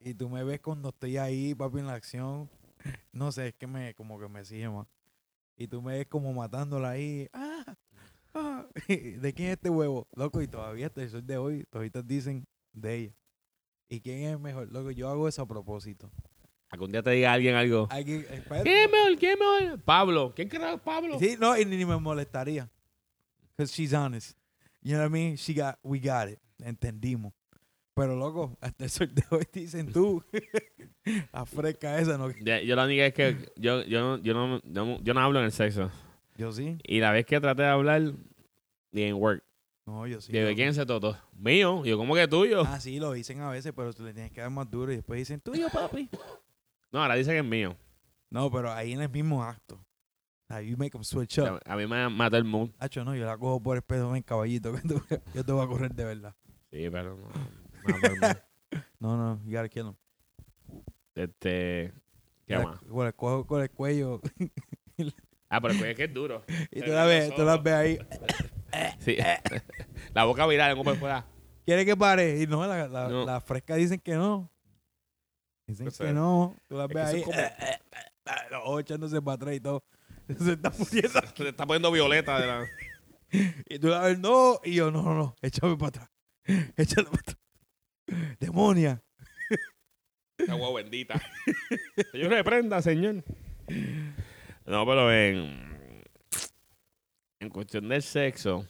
S2: Y tú me ves cuando estoy ahí, papi, en la acción. No sé, es que me, como que me sigue más. Y tú me ves como matándola ahí. ¡Ah! ¡Ah! ¿De quién es este huevo? Loco, y todavía hasta el sol de hoy, todavía dicen de ella. ¿Y quién es mejor? Loco, yo hago eso a propósito.
S1: algún día te diga alguien algo.
S2: Alguien- espérate.
S1: ¿Quién es mejor? ¿Quién es mejor? Pablo. ¿Quién carajo es Pablo?
S2: Ah, Sí, no, y ni ni me molestaría. Because she's honest. You know what I mean? She got, we got it. Entendimos. Pero loco, hasta el sol de hoy dicen tú. la fresca esa, ¿no?
S1: Ya, Yo la única es que yo, yo, no, yo, no, yo, no, yo no hablo en el sexo.
S2: Yo sí.
S1: Y la vez que traté de hablar, didn't work.
S2: No, yo sí.
S1: Yo,
S2: loco.
S1: ¿De quién se totó? Mío. Yo, ¿cómo que tuyo?
S2: Ah, sí, lo dicen a veces, pero tú le tienes que dar más duro y después dicen tuyo, papi.
S1: No, ahora dice que es mío.
S2: No, pero ahí en el mismo acto. Ah, you make them switch up.
S1: A mí me mató el mood.
S2: Hacho, no, yo la cojo por el pedo en caballito. que tú- Yo te voy a correr de verdad.
S1: Sí, pero no. me mató el mood.
S2: No, no, you gotta kill him.
S1: Este. ¿Qué
S2: La-
S1: más?
S2: Con el, cojo con el cuello.
S1: Ah, pero es que es duro.
S2: Y
S1: Te
S2: tú la
S1: ves
S2: ves, tú la
S1: solo.
S2: ves ahí.
S1: Sí. la boca viral, como fuera.
S2: ¿Quiere que pare? Y no, la, la,
S1: No.
S2: la fresca dicen que no. Dicen
S1: O sea,
S2: que no. Tú las
S1: es
S2: ves
S1: que
S2: ahí.
S1: son como-
S2: eh, eh, eh, los ojos echándose para atrás y todo. Se está muriendo.
S1: Se te está poniendo violeta. de la-
S2: Y tú la ves, no. Y yo, no, no, no. Échame para atrás. Échame para atrás. Demonia.
S1: La agua bendita. Señor, reprenda, señor. No, pero en. En cuestión del sexo.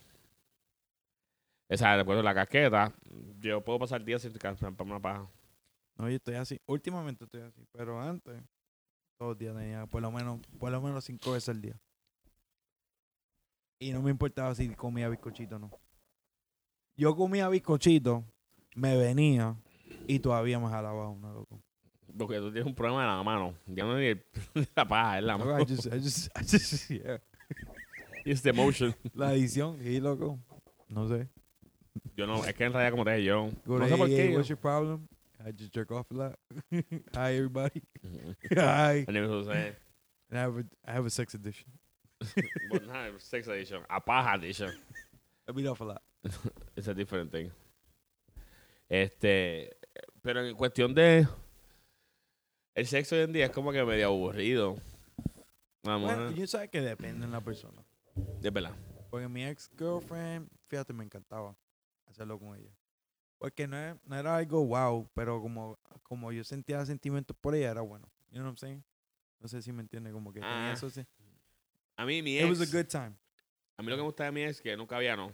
S1: O sea, de acuerdo a la casqueta, yo puedo pasar días sin cascarme para una paja.
S2: No, yo estoy así. Últimamente estoy así, pero antes todos los días tenía por lo menos por lo menos cinco veces al día. Y no me importaba si comía bizcochito o no. Yo comía bizcochito, me venía y todavía me jalaba una, loco.
S1: Porque tú tienes un problema en la mano. Ya no es ni el- la paja, es la mano.
S2: Loco, I just- I just- I just- yeah.
S1: It's the emotion.
S2: La adición, sí, loco. No sé.
S1: Yo no, es que en realidad, como te dije, yo.
S2: Go
S1: no
S2: to
S1: sé por
S2: AA,
S1: qué. yo-
S2: What's your problem? I just jerk off a lot. Hi, everybody. Hi.
S1: And it was, eh,
S2: And I have a, I have a sex addiction.
S1: but not sex addiction, a paja addiction.
S2: I beat off a lot.
S1: It's a different thing. Este, pero en cuestión de el sexo hoy en día es como que medio aburrido. Vamos, eh,
S2: Bueno, yo sabes que depende de la persona.
S1: de verdad.
S2: Porque mi ex girlfriend, fíjate, me encantaba hacerlo con ella. Porque no era, no era algo wow, pero como, como yo sentía sentimientos por ella, era bueno. You know what I'm saying? No sé si me entiende, como que tenía
S1: Ah,
S2: eso. sí.
S1: A mí mi
S2: It was a
S1: ex,
S2: good time.
S1: a mí lo que me gusta de mi ex es que nunca había no.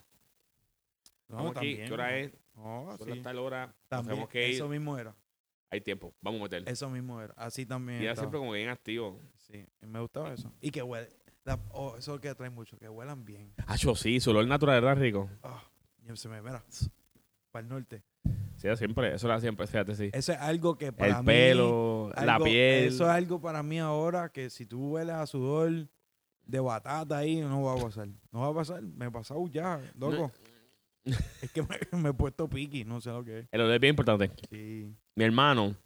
S1: Vamos aquí, ¿qué hora es?
S2: No,
S1: Son las
S2: sí.
S1: tal hora,
S2: También,
S1: tenemos que ir.
S2: eso mismo era.
S1: hay tiempo, vamos a meterle.
S2: Eso mismo era. Así también.
S1: Y era
S2: estaba.
S1: siempre como que bien activo.
S2: Sí, y me gustaba eso. Y que huele. la- oh, eso que atrae mucho, que huelan bien.
S1: Ah, yo sí, su olor natural era rico.
S2: Ah, y se me verá. Para el norte.
S1: Sí, era siempre, eso era siempre, fíjate, sí.
S2: Eso es algo que Eh, para
S1: El
S2: mí.
S1: pelo, la
S2: algo-
S1: piel.
S2: Eso es algo para mí ahora que si tú hueles a sudor de batata ahí, no va a pasar. No va a pasar. Me he pasado ya, loco. es que me, me he puesto piqui, no sé lo que es.
S1: El olor es bien importante.
S2: Sí.
S1: mi hermano,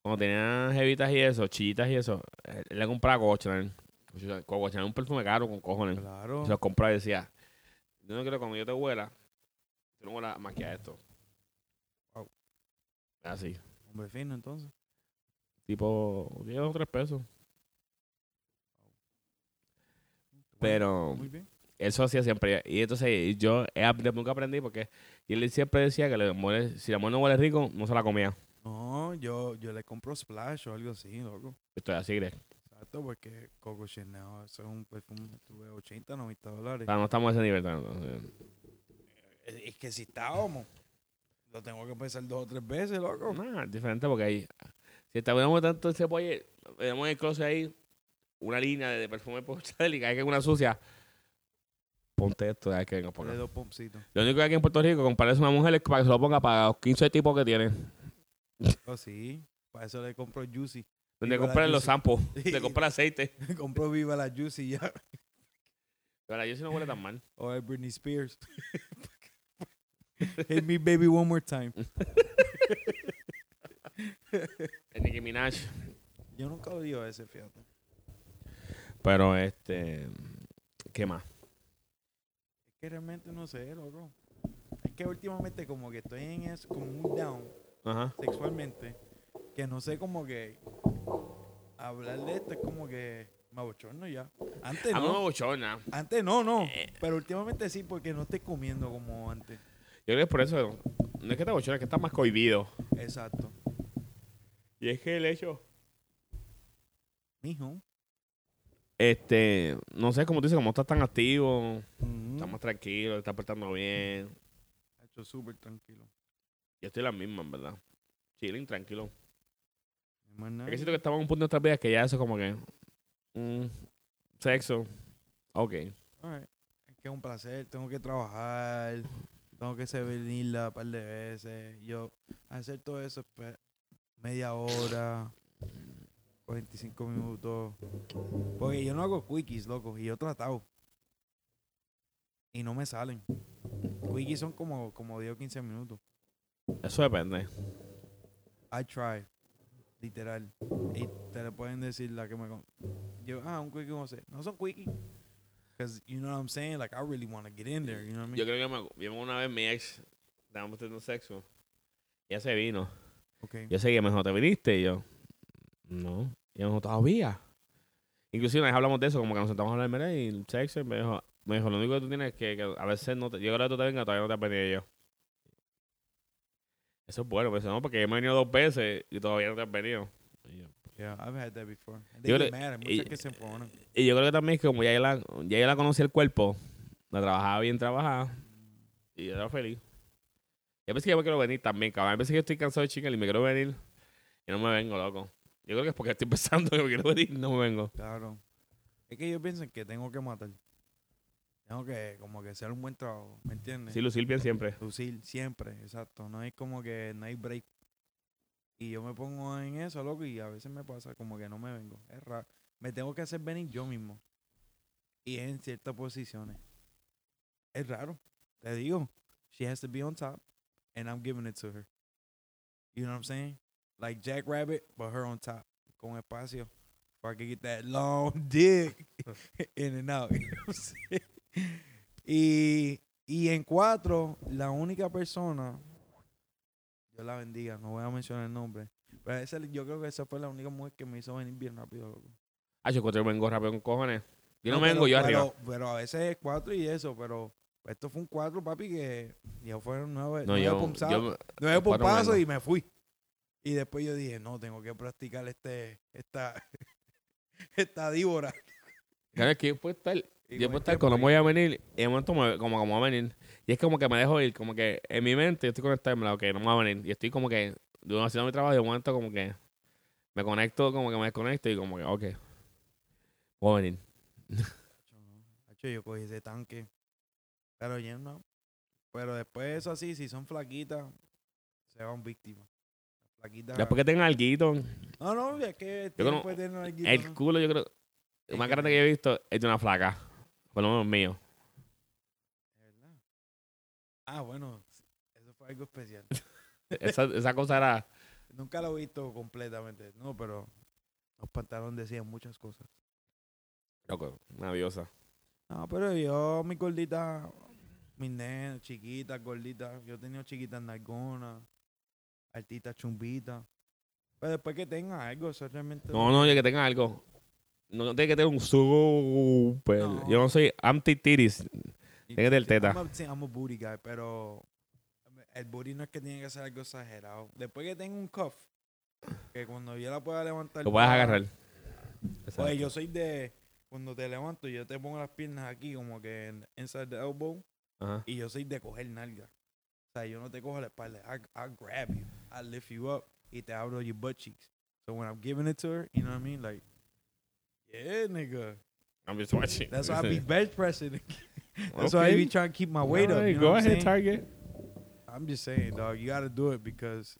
S1: cuando tenía jevitas y eso, chillitas y eso, eh, él, él le compraba Cochran. Cochran es un perfume caro con cojones.
S2: Claro.
S1: Se los compraba y decía, yo no quiero que cuando yo te huela, tú no huelas más que a esto.
S2: Wow.
S1: Así.
S2: Hombre fino, entonces.
S1: Tipo, 10 o 3 pesos. Pero
S2: Muy bien.
S1: eso hacía siempre. Y entonces yo eh, ap- nunca aprendí porque y él siempre decía que le muere- si la mujer no huele rico, no se la comía.
S2: No, yo, yo le compro splash o algo así, loco.
S1: Estoy así, Greg.
S2: Exacto, porque Coco Chanel, eso es un perfume que tuve 80, 90 dólares.
S1: O sea, no estamos a ese nivel. no, no,
S2: Es es que si estábamos, lo tengo que pensar dos o tres veces, loco.
S1: No, es diferente porque ahí. Si estábamos tanto en Cepolle, tenemos en el closet ahí una línea de perfume por Charlie, que hay que una sucia. Ponte esto, hay que venga por
S2: Le
S1: acá.
S2: dos pompsitos.
S1: Lo único que hay aquí en Puerto Rico, comprarse una mujer es para que se lo ponga para los 15 tipos que tiene.
S2: Oh, sí, para eso le compro Juicy.
S1: Donde
S2: la
S1: compran los
S2: Juicy.
S1: zampos,
S2: Sí.
S1: te compran aceite.
S2: Le compro Viva la Juicy ya.
S1: Pero yo sí no huele tan mal.
S2: O a Britney Spears. Hit me, baby, one more time.
S1: El Nicki Minaj.
S2: Yo nunca odio ese, fíjate.
S1: Pero este. ¿Qué más?
S2: Es que realmente no sé, loco. Es que últimamente como que estoy en eso, como muy down.
S1: Ajá.
S2: sexualmente que no sé como que hablar de esto es como que me abochorno ya. Antes
S1: A mí me
S2: no,
S1: bochorna.
S2: antes no, no,
S1: Eh.
S2: pero últimamente sí porque no estoy comiendo como antes.
S1: Yo creo que es por eso. No es que te bochorna, es que estás más cohibido.
S2: Exacto.
S1: Y es que el hecho.
S2: Mijo.
S1: Este. No sé, como tú dices, como estás tan activo.
S2: Mm.
S1: Está más tranquilo, está portando bien.
S2: Ha hecho súper tranquilo.
S1: Yo estoy la misma, en verdad. Chilling, tranquilo.
S2: No hay más
S1: Es
S2: nada.
S1: que siento que estamos en un punto de nuestras vidas que ya eso como que... mm, sexo. Ok.
S2: Alright. Es que es un placer, tengo que trabajar, tengo que servirla un par de veces. Yo hacer todo eso espe- media hora, 45 minutos. Porque yo no hago quickies, loco, y yo he tratado. Y no me salen. Quickies son como, como 10 o 15 minutos.
S1: Eso depende.
S2: I try, literal. Y te le pueden decir la que me... con- Yo, ah, un quickie, no sé. No son quickies. Because, you know what I'm saying? Like, I really want to get in there, you know what I mean?
S1: Yo creo que me, vimos una vez mi ex, estábamos teniendo sexo. Ya se vino.
S2: Okay.
S1: Yo seguía mejor, ¿te viniste? Y yo, no. Y yo, no, todavía. Inclusive una vez hablamos de eso, como que nos sentamos a hablar, mira, y el sexo, y me dijo, me dijo, lo único que tú tienes es que, que a veces no te, yo creo que tú te vengas, todavía no te has venido Y yo. Eso es bueno, me dice, no, porque yo me he venido dos veces y todavía no te has venido. Y yo,
S2: Yeah, I've had that before. And They
S1: Yo
S2: get
S1: creo-
S2: mad, hay
S1: y-
S2: muchas que se ponen.
S1: y yo creo que también es que como ya yo la, ya yo la conocí el cuerpo, la trabajaba bien trabajada, y yo era feliz. Y a veces que yo me quiero venir también, cabrón. A veces que yo estoy cansado de chingar y me quiero venir y no me vengo, loco. Yo creo que es porque estoy pensando que me quiero venir y no me vengo.
S2: Claro. Es que ellos piensan que tengo que matar. Tengo que, como que hacer un buen trabajo, ¿me entiendes?
S1: Sí, lucir bien siempre.
S2: Lucir, siempre, exacto. No hay como que, no hay break. Y yo me pongo en eso, loco, y a veces me pasa como que no me vengo. Es raro. Me tengo que hacer venir yo mismo. Y en ciertas posiciones. Es raro. Te digo, she has to be on top, and I'm giving it to her. You know what I'm saying? Like Jack Rabbit, but her on top. Con espacio. Para que get that long dick in and out. You know what I'm saying? y, y en cuatro, la única persona Dios la bendiga, no voy a mencionar el nombre. Pero esa, yo creo que esa fue la única mujer que me hizo venir bien rápido, loco.
S1: Ah, yo encuentro que vengo rápido con cojones. Yo no, me
S2: pero-
S1: vengo, yo arriba.
S2: Pero, pero a veces es cuatro y eso, pero esto fue un cuatro, papi, que ya fueron nueve,
S1: No,
S2: nueve
S1: yo,
S2: pompa-
S1: yo-
S2: nueve
S1: cuatro
S2: pompazos
S1: mangos.
S2: y me fui. Y después yo dije, no, tengo que practicar este, esta, esta víbora.
S1: claro, es que yo puedo estar,
S2: Y
S1: yo
S2: con
S1: puedo
S2: el
S1: estar
S2: tiempo
S1: cuando
S2: ahí,
S1: voy a venir, y en el momento me- como como va a venir. Y es como que me dejo ir, como que en mi mente yo estoy conectado, que no me va a venir. Y estoy como que yo haciendo mi trabajo y de momento como que me conecto, como que me desconecto y como que, ok, voy a venir.
S2: macho, no. Macho, yo cogí ese tanque. Pero ya no. Pero después de eso así, si son flaquitas, se van víctimas. Las Flaquitas.
S1: Después que tenga alguito,
S2: No, no, es que
S1: Yo cono-
S2: puede tener alguito,
S1: el
S2: ¿no?
S1: culo yo creo,
S2: Es
S1: lo más
S2: que-
S1: grande que yo he visto es de una flaca, por lo menos mío.
S2: De verdad. Ah, bueno, eso fue algo especial.
S1: Esa, esa cosa era,
S2: Nunca lo he visto completamente, no, pero los pantalones decían muchas cosas.
S1: loco, nerviosa.
S2: No, pero yo, mi gordita, mis nenas, chiquitas, gorditas, yo he tenido chiquitas nalgonas, altitas chumbitas. Pero después que tenga algo, eso realmente...
S1: No, no, yo que tenga algo. No, no tiene que tener un super.
S2: No.
S1: Yo no soy anti-tiris.
S2: Y-
S1: tiene que tener
S2: sí,
S1: teta.
S2: I'm a- sí, I'm a booty guy, pero el booty no es que tiene que ser algo exagerado. Después que tenga un cuff, que cuando yo la pueda levantar...
S1: Lo puedes
S2: más,
S1: agarrar.
S2: Oye,
S1: Exacto.
S2: Pues yo soy de. Cuando te levanto, yo te pongo las piernas aquí, como que en inside the elbow,
S1: Ajá.
S2: y yo soy de coger nalga. O sea, yo no te cojo la espalda. I, I grab you, I lift you up, y te abro your butt cheeks. So when I'm giving it to her, you know what I mean? Like, yeah, nigga.
S1: I'm just watching.
S2: That's why I be bench pressing. That's why I
S1: Okay.
S2: be trying to keep my weight up.
S1: Alright,
S2: You know
S1: go
S2: what I'm
S1: ahead,
S2: saying?
S1: Target.
S2: I'm just saying, dog, you gotta do it because.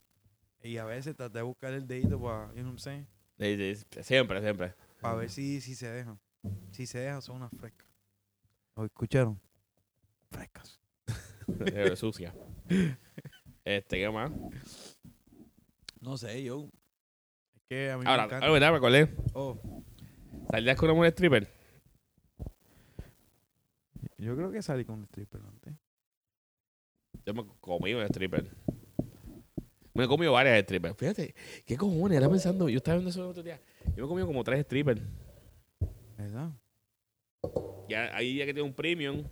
S2: Y a veces traté de buscar el dedito para, you know what I'm saying?
S1: Sí, sí, Siempre, siempre.
S2: Para ver si, si se dejan. Si se dejan, son unas frescas. ¿Lo escucharon? Frescas.
S1: Eh, Sucia. Este, ¿qué más?
S2: No sé, yo. Es que a mí
S1: Ahora,
S2: me encanta.
S1: ah, ¿verdad? Me acordé.
S2: Oh,
S1: ¿Saldrías con una mujer stripper?
S2: yo creo que salí con un stripper antes.
S1: Yo me comí un stripper. Me he comido varias strippers. Fíjate, ¿qué cojones? Era pensando, yo estaba viendo eso el otro día. Yo me he comido como tres strippers.
S2: ¿Verdad?
S1: Ya, ahí ya que tiene un premium.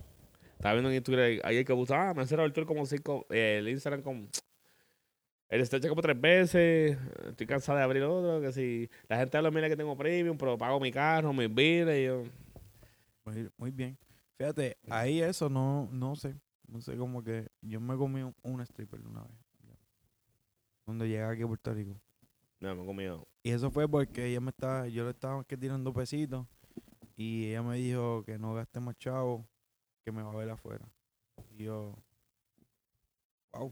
S1: Estaba viendo en Instagram. Ahí el que buscaba, ah, me han cerrado el tour como cinco. eh, el Instagram como. El estrecho como tres veces. Estoy cansado de abrir otro. Que si la gente habla, mira que tengo premium, pero pago mi carro, mis biles. y yo,
S2: Muy, Pues, muy bien. Fíjate, ahí eso no, no sé. No sé como que yo me comí un, un stripper una vez. Cuando llegué aquí a Puerto Rico.
S1: no, me he comido.
S2: Y eso fue porque ella me estaba, yo le estaba que tirando pesitos y ella me dijo que no gaste más chavo, que me va a ver afuera. Y yo, wow.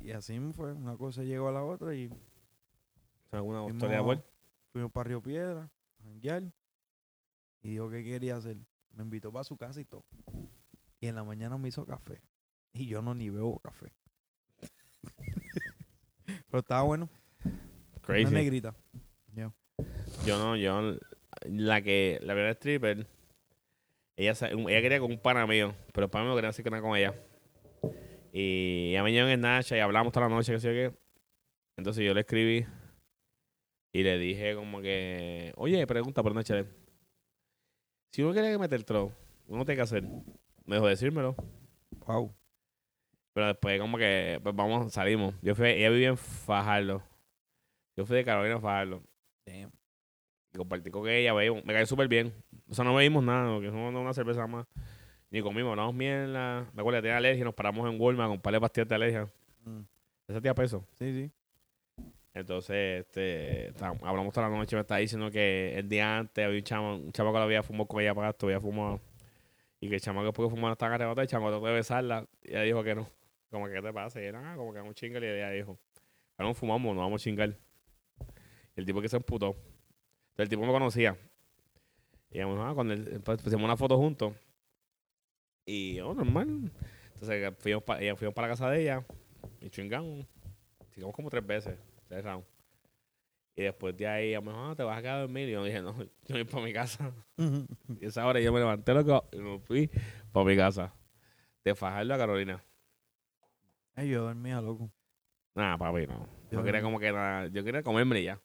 S2: Y así me fue, una cosa llegó a la otra y
S1: Alguna
S2: Fuimos-
S1: historia de vuelta.
S2: fuimos para Río Piedra, a janguear, y dijo que quería hacer. Me invitó para su casa y todo. Y en la mañana me hizo café. Y yo no ni bebo café. Pero estaba bueno, una
S1: Crazy.
S2: negrita.
S1: Yo no, yo. La que. La primera stripper. Ella, sa- ella quería con un pana mío. Pero el pana mío quería hacer que nada con ella. Y ella me llamó en el Nacha y hablamos toda la noche, que sé yo qué. Entonces yo le escribí. Y le dije como que. Oye, pregunta por Nacha. Si uno quiere meter troll, uno tiene que hacer. Me dejó decírmelo.
S2: Wow.
S1: Pero después como que, pues vamos, salimos. Yo fui, ella vivía en Fajardo. Yo fui de Carolina a Fajardo.
S2: Damn.
S1: Y compartí con ella, bebimos. me cayó súper bien. O sea, no bebimos nada, que no una cerveza más. Ni comimos, no, mierda. Me acuerdo que tenía alergia, nos paramos en Walmart con un par de pastillas de alergia.
S2: Mm.
S1: Ese tía peso.
S2: Sí, sí.
S1: Entonces, este, está- hablamos toda la noche, me está diciendo que el día antes había un chamo, un chamo que la había fumado con ella para esto, había fumado. Y que el chamo que después de fumar no estaba arrebatado, el chamo trató de besarla. Y ella dijo que no. Como que, ¿qué te pasa? Y era, "Ah, como que vamos a chingar. Y ella dijo, ahora no fumamos, no vamos a chingar. Y el tipo que se emputó. Entonces, el tipo me conocía. Y ella me dijo, ah, cuando él- pues, pusimos una foto juntos. Y, oh, normal. Entonces, fuimos pa- ella- fuimos para la casa de ella. Y chingamos. Chingamos como tres veces. Tres rounds. Y después de ahí, a lo mejor "Ah, te vas a quedar a dormir. Y yo dije, no, yo voy para mi casa. y esa hora yo me levanté loco y me fui para mi casa. De Fajardo a Carolina.
S2: Ay, yo dormía, loco.
S1: Nada, papi, no. Yo
S2: Yo-
S1: quería como que nada. Yo quería comerme y ya.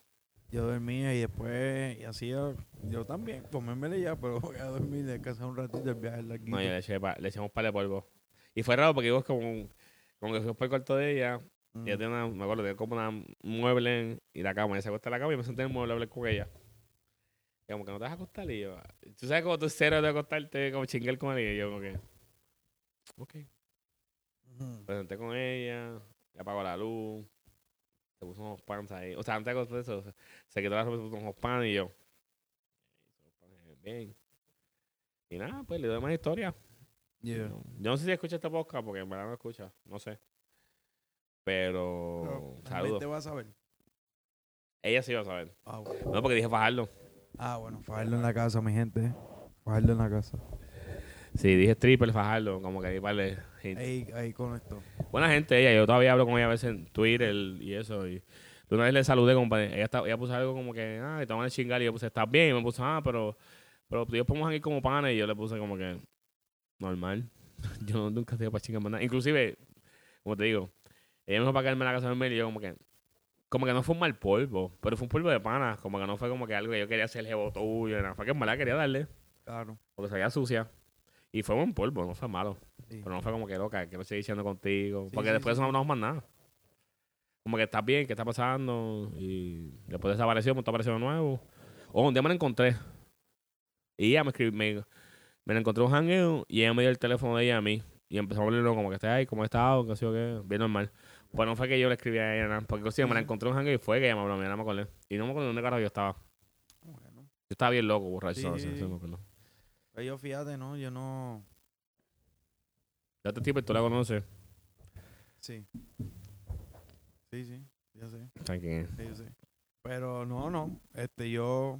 S2: Yo dormía y después, y hacía, yo también, comérmela ya, pero voy a dormir, descansar un ratito, el viaje es larguito.
S1: No, yo le, eché pa- le echamos par de polvo. Y fue raro porque yo como, como que fui para el cuarto de ella.
S2: Mm.
S1: Ella tenía una, me acuerdo, tenía como una mueble en- y la cama. Ella se acuesta en la cama y yo me senté en el mueble a hablar con ella. Y como que no te vas a acostar. Y yo, tú sabes como tú cero de acostarte, como chingar con alguien. Y yo como que, ok.
S2: Ujú.
S1: Me senté con ella, le apagó la luz, se puso unos pants ahí. O sea, antes de que eso, se- se quitó la ropa, se puso unos pants y yo. Bien. Y nada, pues le doy más historia.
S2: Yeah.
S1: Yo no sé si escucha esta podcast porque en verdad no escucha, no sé. Pero,
S2: Pero,
S1: Oh, saludos.
S2: ¿Te vas a ver?
S1: Ella sí iba a saber.
S2: Ah, bueno.
S1: No, porque dije fajarlo.
S2: Ah, bueno, fajarlo en la casa, mi gente. Fajarlo en la casa.
S1: Sí, dije stripper, fajarlo, como que ahí vale. gente.
S2: Ahí, ahí conectó.
S1: Buena gente ella, yo todavía hablo con ella a veces en Twitter y eso. Y de una vez le saludé, compadre. Ella, está- ella puso algo como que, ah, te van a chingar. Y yo puse, ¿estás bien? Y me puso, ah, pero, pero tú y yo podemos ir como panes. Y yo le puse como que, normal. yo nunca estoy para chingar más nada. Inclusive, como te digo, ella me dijo para quedarme en la casa de dormir y yo como que, como que no fue un mal polvo, pero fue un polvo de panas. Como que no fue como que algo que yo quería hacer jebo tuyo. Nada. Fue que en verdad quería darle,
S2: Claro.
S1: porque se veía sucia. Y fue buen polvo, no fue malo.
S2: Sí.
S1: Pero no fue como que loca, que lo estoy diciendo contigo.
S2: Sí,
S1: porque
S2: sí,
S1: después
S2: sí.
S1: no hablamos más nada. Como que estás bien, ¿qué está pasando? Y después desapareció, me está apareciendo nuevo. O un día me la encontré. Y ella me escribió, me, me la encontré en un hangueo y ella me dio el teléfono de ella a mí. Y empezó a hablarlo como que está ahí, cómo he estado, qué sé yo qué, bien normal. Pues no fue que yo le escribí a ella nada, porque o sea, me la encontré en un hangueo y fue que ella me habló, mira, no me acordé. Y no me acuerdo dónde carajo yo estaba.
S2: Bueno.
S1: Yo estaba bien loco, borracho.
S2: Sí,
S1: no sé,
S2: sí,
S1: no sé,
S2: sí.
S1: me acuerdo.
S2: Pero yo fíjate, ¿no? Yo no.
S1: Ya este tipo, tú la conoces.
S2: Sí. Sí, sí. Ya sé.
S1: ¿Sabes quién es?
S2: Sí, yo sé. Pero no, no. Este, yo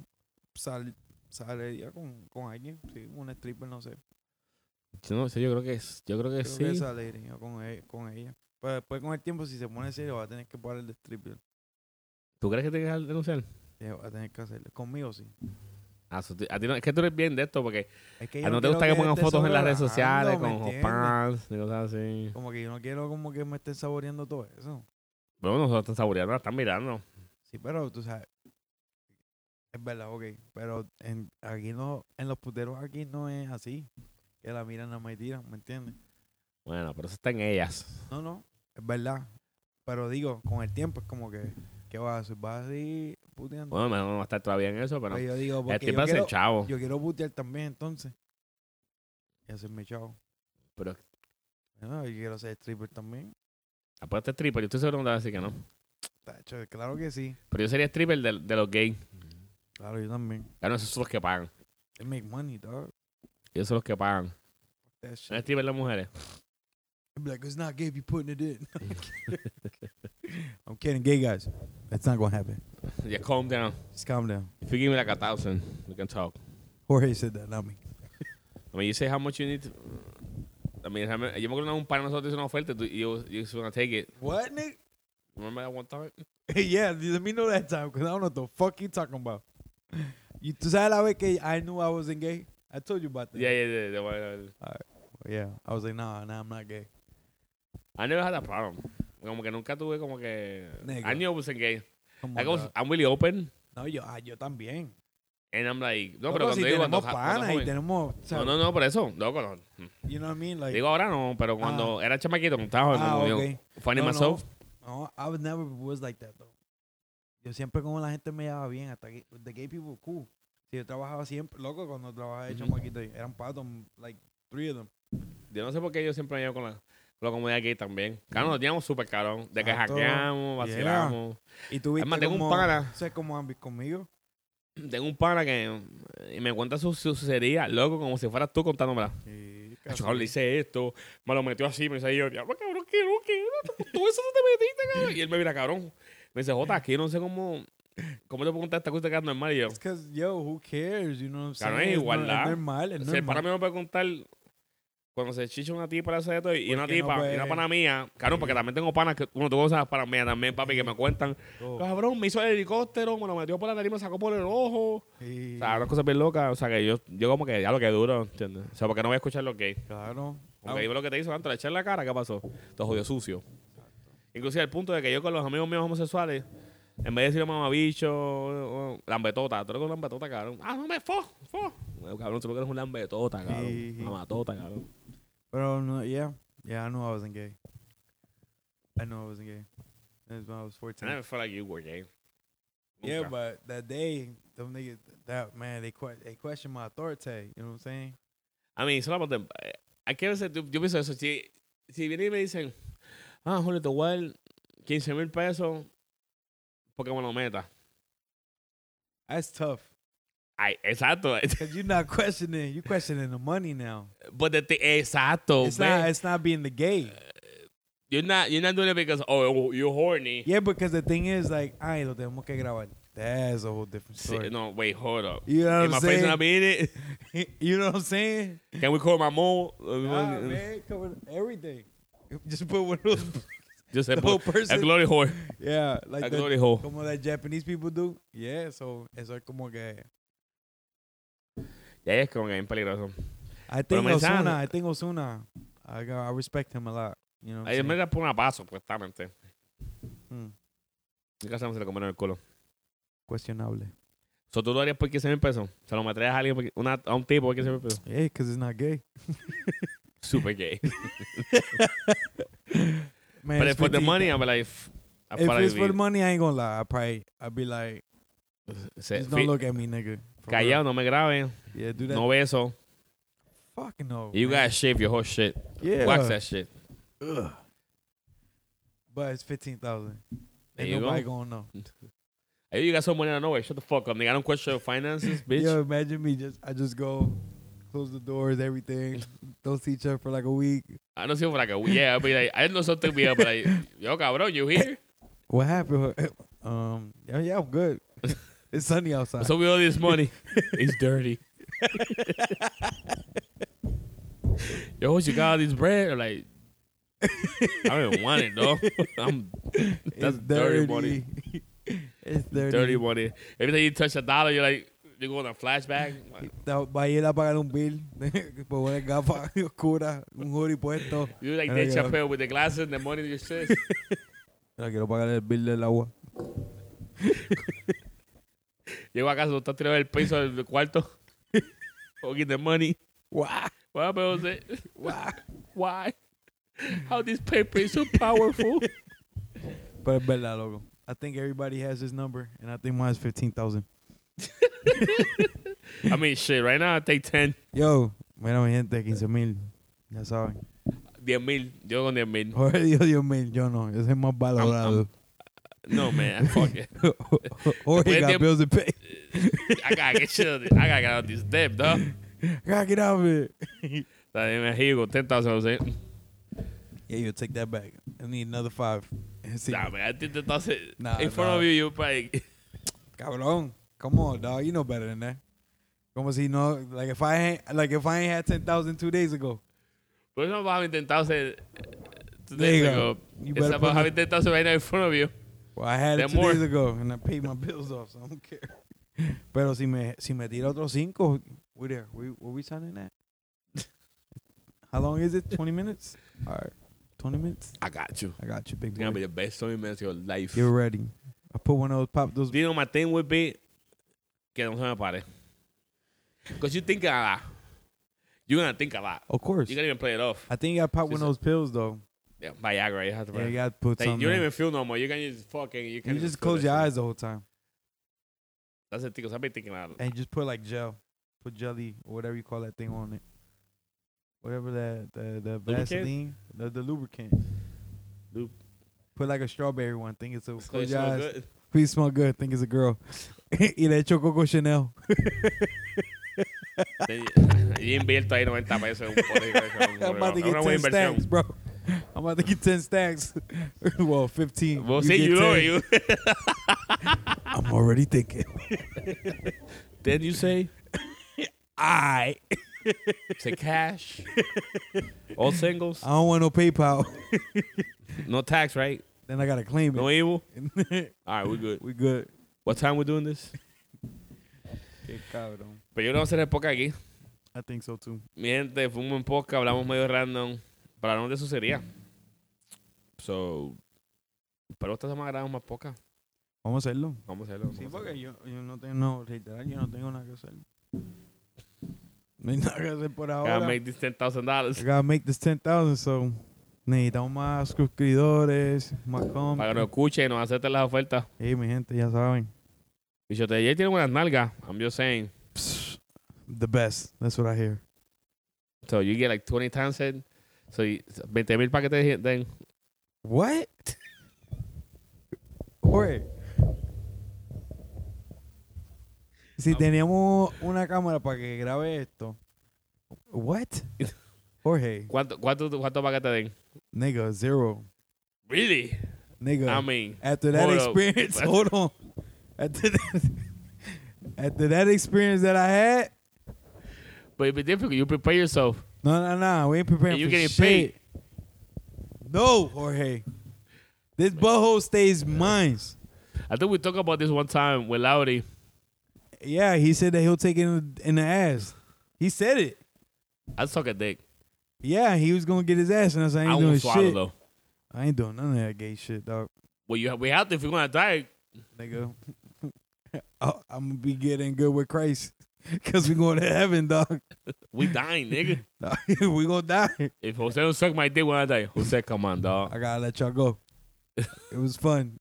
S2: sal, saliría con, con alguien. Sí, un stripper, no sé.
S1: Yo no sé, yo creo que, es- yo creo que Pues
S2: Creo
S1: sí.
S2: que saliría con, e- con ella. Pero después, con el tiempo, si se pone serio, va a tener que parar el stripper.
S1: ¿Tú crees que te que denunciar?
S2: Sí, Va a tener que hacerlo. Conmigo, sí.
S1: Ah, so- a ti no- es que tú eres bien de esto porque
S2: Es que este
S1: a
S2: yo
S1: ti Ah, no te gusta que
S2: quiero
S1: pongan
S2: esté
S1: fotos en las redes sociales
S2: sobrando, ¿me
S1: con hot
S2: entiendes?
S1: pants y cosas así.
S2: Como que yo no quiero como que me estén saboreando todo eso.
S1: Pero nosotros están saboreando, la están mirando.
S2: Sí, pero tú sabes. Es verdad, ok. Pero en, aquí no, en los puteros aquí no es así. Que la miran, la me tiran, ¿me entiendes?
S1: Bueno, pero eso está en ellas.
S2: No, no, es verdad. Pero digo, con el tiempo es como que, ¿qué vas a hacer? ¿Vas a seguir puteando?
S1: Bueno, mejor no va a estar todavía en eso, pero
S2: Pues yo digo,
S1: el
S2: porque
S1: tipo
S2: yo
S1: es el
S2: quiero,
S1: chavo.
S2: yo quiero putear también entonces. Y hacerme chavo.
S1: Pero
S2: Bueno, yo quiero ser stripper también.
S1: aparte stripper, yo estoy seguro que no te va a decir que no.
S2: Tacho, claro que sí.
S1: Pero yo sería stripper de, de los gays.
S2: Claro, yo también.
S1: Claro, esos son los que pagan.
S2: I make money, dog.
S1: Ellos son los que pagan.
S2: That
S1: ¿No
S2: shit.
S1: es stripper las mujeres?
S2: I'm like, it's not gay if you're putting it in. I'm kidding, gay guys. That's not gonna happen.
S1: Just calm down.
S2: Just calm down.
S1: If you give me like a thousand, we can talk.
S2: Jorge said that, not me.
S1: I mean, you say how much you need. I mean, how mu- yo me acuerdo de un par de nosotros hizo una oferta y tú- y yo, yo gonna take it.
S2: What, Nick?
S1: Remember that one time?
S2: yeah, let me know that time because I don't know what the fuck you talking about. You tú sabes la vez que I knew I wasn't gay? I told you about that.
S1: Yeah, yeah, yeah. yeah, yeah, yeah.
S2: Yeah, I was like, nah, nah, I'm not gay.
S1: I never had a problem. Como que nunca tuve como que.
S2: Nigga.
S1: I knew I wasn't gay.
S2: Come
S1: Like, I was,
S2: dog.
S1: I'm really open.
S2: uh, no, yo, ah, yo también.
S1: And I'm like. No,
S2: Loco,
S1: pero cuando
S2: si
S1: digo. cuando
S2: tenemos
S1: ja-
S2: pana
S1: cuando
S2: y
S1: joven.
S2: tenemos,
S1: no,
S2: ¿sabes?
S1: no, no, por eso. Loco, no.
S2: You know what I mean? Like,
S1: Digo ahora no, pero cuando era chamaquito, cuando estaba joven,
S2: ah,
S1: como yo,
S2: okay.
S1: funny
S2: No, no.
S1: myself.
S2: No, I was never was like that though. Yo siempre como la gente me llevaba bien, hasta que the gay people cool. Si yo trabajaba siempre, loco, cuando trabajaba de
S1: Ujú.
S2: chamaquito, eran patos, mm, like Three of them.
S1: Yo no sé por qué yo siempre me llevo con la, con la comunidad gay también. Claro, nos llevamos súper carón. De que
S2: Mm. Exacto.
S1: hackeamos,
S2: Yeah.
S1: vacilamos.
S2: Y tú viste
S1: Además, tengo
S2: cómo-
S1: un pana.
S2: ¿Sabes cómo han visto conmigo?
S1: Tengo un pana que eh, me cuenta su su sucería, loco, como si fueras tú contándomela.
S2: Sí,
S1: Ah, Cabrón, le hice esto, me lo metió así, me dice yo, diablo, cabrón, que no, que no, tú- tú eso no te metiste, cabrón. Y él me mira, cabrón. Me dice, Jota, que yo no sé cómo, cómo te puedo contar esta cosa que es normal. Y yo,
S2: It's 'cause, yo, who cares? You know what I'm
S1: Claro,
S2: saying?
S1: es
S2: It's no-
S1: igualdad.
S2: Es normal, es
S1: si el pana
S2: normal.
S1: mío me puede contar cuando se chicha una tipa hace esto y
S2: ¿Por
S1: una
S2: qué no
S1: tipa, y una
S2: puede?
S1: pana mía, cabrón, porque también tengo panas que, uno, tú conoces para mí también, papi, que me cuentan,
S2: Oh,
S1: cabrón, me hizo el helicóptero, me lo metió por la nariz, me sacó por el ojo.
S2: sí,
S1: O sea, unas cosas bien locas, o sea, que yo, yo como que ya lo que duro, ¿entiendes? O sea, porque no voy a escuchar los gays.
S2: Claro. Ah,
S1: Porque dime lo que te hizo antes, le echar la cara, ¿qué pasó? Te jodió sucio. Inclusive al punto de que yo con los amigos míos homosexuales, en vez de decir mamabicho, o- o- lambetota, tú eres un lambetota, cabrón. Ah, no me fo, fo. Bueno, cabrón, tú lo que eres un lambetota,
S2: Sí,
S1: cabrón.
S2: sí.
S1: Mamatota, cabrón.
S2: But no, yeah, yeah, I knew I wasn't gay. I knew I wasn't gay. It was when I was
S1: I
S2: 14.
S1: never felt like you were gay.
S2: Yeah,
S1: Nunca.
S2: but that day, them niggas, that man, they que- they questioned my authority. You know what I'm saying?
S1: I mean, it's not about them. Eh, Hay que veces yo, yo pienso eso. Si, si vienen y me dicen, ah, Julio, te voy a dar 15 mil pesos porque me lo meta.
S2: That's tough.
S1: Ay, exacto.
S2: Cause you're not questioning, you're questioning the money now.
S1: But the thing- pues, exacto.
S2: it's
S1: ¿ves?
S2: not, it's not being the gay.
S1: You're not you're not doing it because oh you're horny.
S2: Yeah, because the thing is, like, ay, lo tenemos que grabar. That's a whole different
S1: Sí,
S2: story.
S1: no, wait, hold up.
S2: You know
S1: If
S2: what
S1: my
S2: I'm
S1: face not
S2: saying?
S1: being it,
S2: you know what I'm saying?
S1: can we call my Uh, mom?
S2: Nah, Ah, man, cover everything. Just put one of those.
S1: Just a,
S2: the whole
S1: bu- pues, a
S2: person.
S1: glory whore.
S2: Yeah, like
S1: A
S2: that-
S1: glory hole.
S2: como that Japanese people do. Yeah, so eso es como que
S1: Ya es como que bien peligroso.
S2: I
S1: Pero
S2: think
S1: me dicen-
S2: Osuna, I think Osuna. I got, I respect him a lot, you know. what I'm
S1: Ahí me
S2: saying?
S1: da por una paso, pues, supuestamente.
S2: Mm,
S1: Nunca sabemos si le comieron el culo.
S2: questionable.
S1: So, ¿Tú lo harías por 15 mil pesos? ¿Se lo meterías a alguien, por- una, a un tipo por 15 mil pesos?
S2: Yeah, cuz it's not gay.
S1: Super gay.
S2: Man,
S1: But
S2: it's
S1: if for the
S2: 15.
S1: money, I'm like, f- I
S2: If
S1: probably
S2: it's for the
S1: be,
S2: money, I ain't gonna lie. I probably I'd be like,
S1: se,
S2: just don't
S1: fi-
S2: look at me, nigga. For
S1: callado, no me graben,
S2: real. Yeah, do that.
S1: no beso.
S2: Fuck no.
S1: You
S2: man.
S1: gotta shave your whole shit.
S2: yeah.
S1: Wax that shit.
S2: Ugh. But it's 15,000.
S1: There
S2: Ain't
S1: you
S2: nobody
S1: go.
S2: gonna know.
S1: Hey, you got some money out of nowhere. Shut the fuck up, nigga. I don't question your finances, bitch.
S2: Yo, imagine me just I just go close the doors, everything. Don't see each other for like a week.
S1: I don't see for like a week. Yeah, I'll be like, I didn't know something be up, but like, yo, cabrón, you here?
S2: What happened? Um, yeah, yeah, I'm good. it's sunny outside.
S1: So we owe this money. it's dirty. yo, what you got all this bread? Or like, I don't even want it, though. I'm that's
S2: it's
S1: dirty money.
S2: it's dirty.
S1: dirty money. Every time you touch a dollar, you're like, you go on a flashback.
S2: Te va a ir a pagar un bill por una gafa oscura, un hoodie puesto.
S1: You like
S2: Yeah,
S1: Dave
S2: yeah.
S1: Chappelle with the glasses and the money in your chest.
S2: No quiero pagar el bill del agua.
S1: Llego a casa, lo está tirando el piso del cuarto. Go get the money.
S2: Wow,
S1: What happened, Jose?
S2: wow.
S1: Why? How this paper is so powerful?
S2: Pero es verdad, loco. I think everybody has his number, and I think mine's 15,000.
S1: I mean, shit. Right now, I take ten,
S2: Yo, mira mi gente, 15 mil. Ya saben.
S1: diez mil. Yo con diez mil.
S2: Jorge dijo 10 mil, yo no. Yo soy más valorado.
S1: No man, fuck it. Después
S2: Jorge
S1: de-
S2: got bills to pay.
S1: I gotta get shit. out of this- I gotta get out of this debt, dog.
S2: Gotta get out of it. eh.
S1: Here you go, ten thousand. Jose.
S2: Yeah, you take that back. I need another five. See,
S1: Nah, man, I did ten thousand.
S2: Nah,
S1: In front
S2: nah.
S1: of you, you probably.
S2: cabrón, come on, dog. You know better than that. Como si no, like if I ain't, like if I ain't had ten thousand two days ago.
S1: But it's not about having ten thousand.
S2: There
S1: Today
S2: you
S1: ago.
S2: You
S1: It's
S2: better
S1: about
S2: put
S1: having
S2: it-
S1: ten thousand right now in front of you.
S2: Well, I had
S1: Then
S2: it two
S1: more.
S2: days ago, and I paid my bills off, so I don't care. Pero si me si me tira otros cinco, we there. We were we signing that? How long is it? Twenty minutes. All right, twenty minutes.
S1: I got you.
S2: I got you, big
S1: It's gonna be
S2: boy.
S1: the best twenty minutes of your life.
S2: Get ready. I put one of those pop those.
S1: Do you know my thing would be? Que no se me pare. Because you think a lot. You're going to think a lot.
S2: Of course.
S1: You can't even play it off.
S2: I think you got pop one of
S1: Just-
S2: those pills though.
S1: Yeah, Viagra, you have to
S2: Yeah,
S1: play.
S2: you got to put
S1: like,
S2: something.
S1: you don't
S2: in.
S1: even feel no more. You can just fucking. You, can't
S2: You
S1: even
S2: just
S1: feel
S2: close
S1: that
S2: your
S1: shit.
S2: eyes the whole time.
S1: That's the thing, because I've been thinking a lot.
S2: And you just put like gel. Put jelly or whatever you call that thing on it. whatever that the the
S1: Lubricant?
S2: Vaseline, the, the lubricant.
S1: Lube.
S2: Put like a strawberry one. Think it's a.
S1: It's
S2: close
S1: gonna
S2: your
S1: smell
S2: eyes.
S1: good.
S2: Please smell good. Think it's a girl. y le echo Coco Chanel.
S1: Then Yo invierto ahí 90 pesos en un pote de cabrón,
S2: I'm about
S1: cabrón.
S2: to get
S1: Una buena
S2: 10 stacks,
S1: inversión.
S2: bro. I'm about to get 10 stacks. well, 15.
S1: Vos
S2: You
S1: sí,
S2: get
S1: you know
S2: 10.
S1: you.
S2: I'm already thinking.
S3: Then you say,
S2: I
S1: Say cash. All singles.
S2: I don't want no PayPal.
S1: No tax, right?
S2: then I gotta claim
S1: No
S2: it.
S1: evil. All right, we're good.
S2: we good.
S1: What time we doing this?
S2: Qué cabrón.
S1: Pero yo no voy a hacer el podcast aquí.
S2: I think so too.
S1: Mi gente, fuimos un podcast, hablamos medio random. Para no de eso sería. So, pero esta semana grabamos más podcast.
S2: Vamos a hacerlo.
S1: Vamos a hacerlo.
S2: Sí,
S1: vamos a
S2: porque
S1: hacerlo.
S2: yo, yo no tengo, no, literal, yo no tengo nada que hacer. No hay nada que hacer por ahora.
S1: Gotta make this $10,000.
S2: I gotta make this 10,000, so necesitamos más suscriptores, más
S1: Para
S2: comments.
S1: que nos escuchen y nos acepten las ofertas.
S2: Hey, mi gente, ya saben.
S1: Bicho, te ayer tiene buenas nalgas. I'm just saying.
S2: Psst, the best, that's what I hear.
S1: So, you get like 20 times it. So, you- 20 mil para que te den.
S2: What? Oye. Si teníamos una cámara para que grabe esto. What? Jorge,
S1: ¿Cuánto, cuánto, cuánto para que te den?
S2: nigga, zero.
S1: Really?
S2: Nigga.
S1: I mean,
S2: after that
S1: Hold up.
S2: experience, hold on. After that, after that experience that I had,
S1: but it'd be difficult. You prepare yourself.
S2: no, no, no, we ain't preparing
S1: And you
S2: for
S1: getting
S2: shit. No, Jorge, this butthole stays mine.
S1: I think we talked about this one time with Laudi.
S2: Yeah, he said that he'll take it in the, in the ass. He said it.
S1: I suck a dick.
S2: Yeah, he was gonna get his ass, and I said, I
S1: I,
S2: ain't doing
S1: won't swallow
S2: shit.
S1: though.
S2: I ain't doing none of that gay shit, dog.
S1: Well, you we have to if you're gonna die.
S2: Nigga, Oh, I'm gonna be getting good with Christ, cause we going to heaven, dog.
S1: We dying, nigga.
S2: Dog, we gonna die.
S1: If Jose don't suck my dick when I die, Jose, come on, dog.
S2: I gotta let y'all go. it was fun.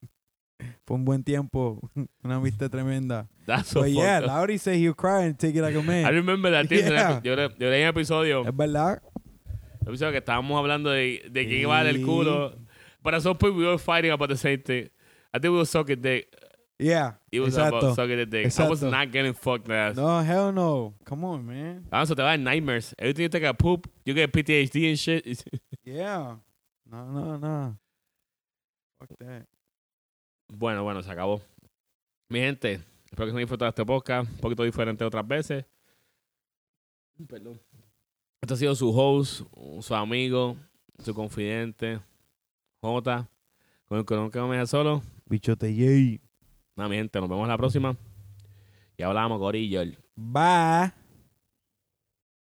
S2: Fue un buen tiempo. Una amistad tremenda.
S1: That's so
S2: But yeah,
S1: fucked up.
S2: Lauri said he'll cry and take it like a
S1: I
S2: man.
S1: remember that thing.
S2: Yeah.
S1: Yo le- yo leí un episodio,
S2: ¿Es verdad?
S1: episodio que estábamos hablando de, de quién iba a dar el
S2: Sí.
S1: culo. But at some point we were fighting about the same thing. I think we were sucking dick.
S2: Yeah.
S1: It was about
S2: Exacto.
S1: sucking the dick. I was
S2: Exacto.
S1: not getting fucked in the ass.
S2: No, hell no. Come on, man.
S1: Also, they have nightmares. Every time you take a poop, you get PTSD and shit.
S2: Yeah. No, no, no. Fuck that.
S1: Bueno, bueno, se acabó. Mi gente, espero que se hayan disfrutado de este podcast. Un poquito diferente de otras veces. Perdón. Este ha sido su host, su amigo, su confidente, J. Con el que nunca me deja solo.
S2: Bichote J.
S1: Nada, mi gente, nos vemos la próxima. Y hablamos, gorillo.
S2: Bye.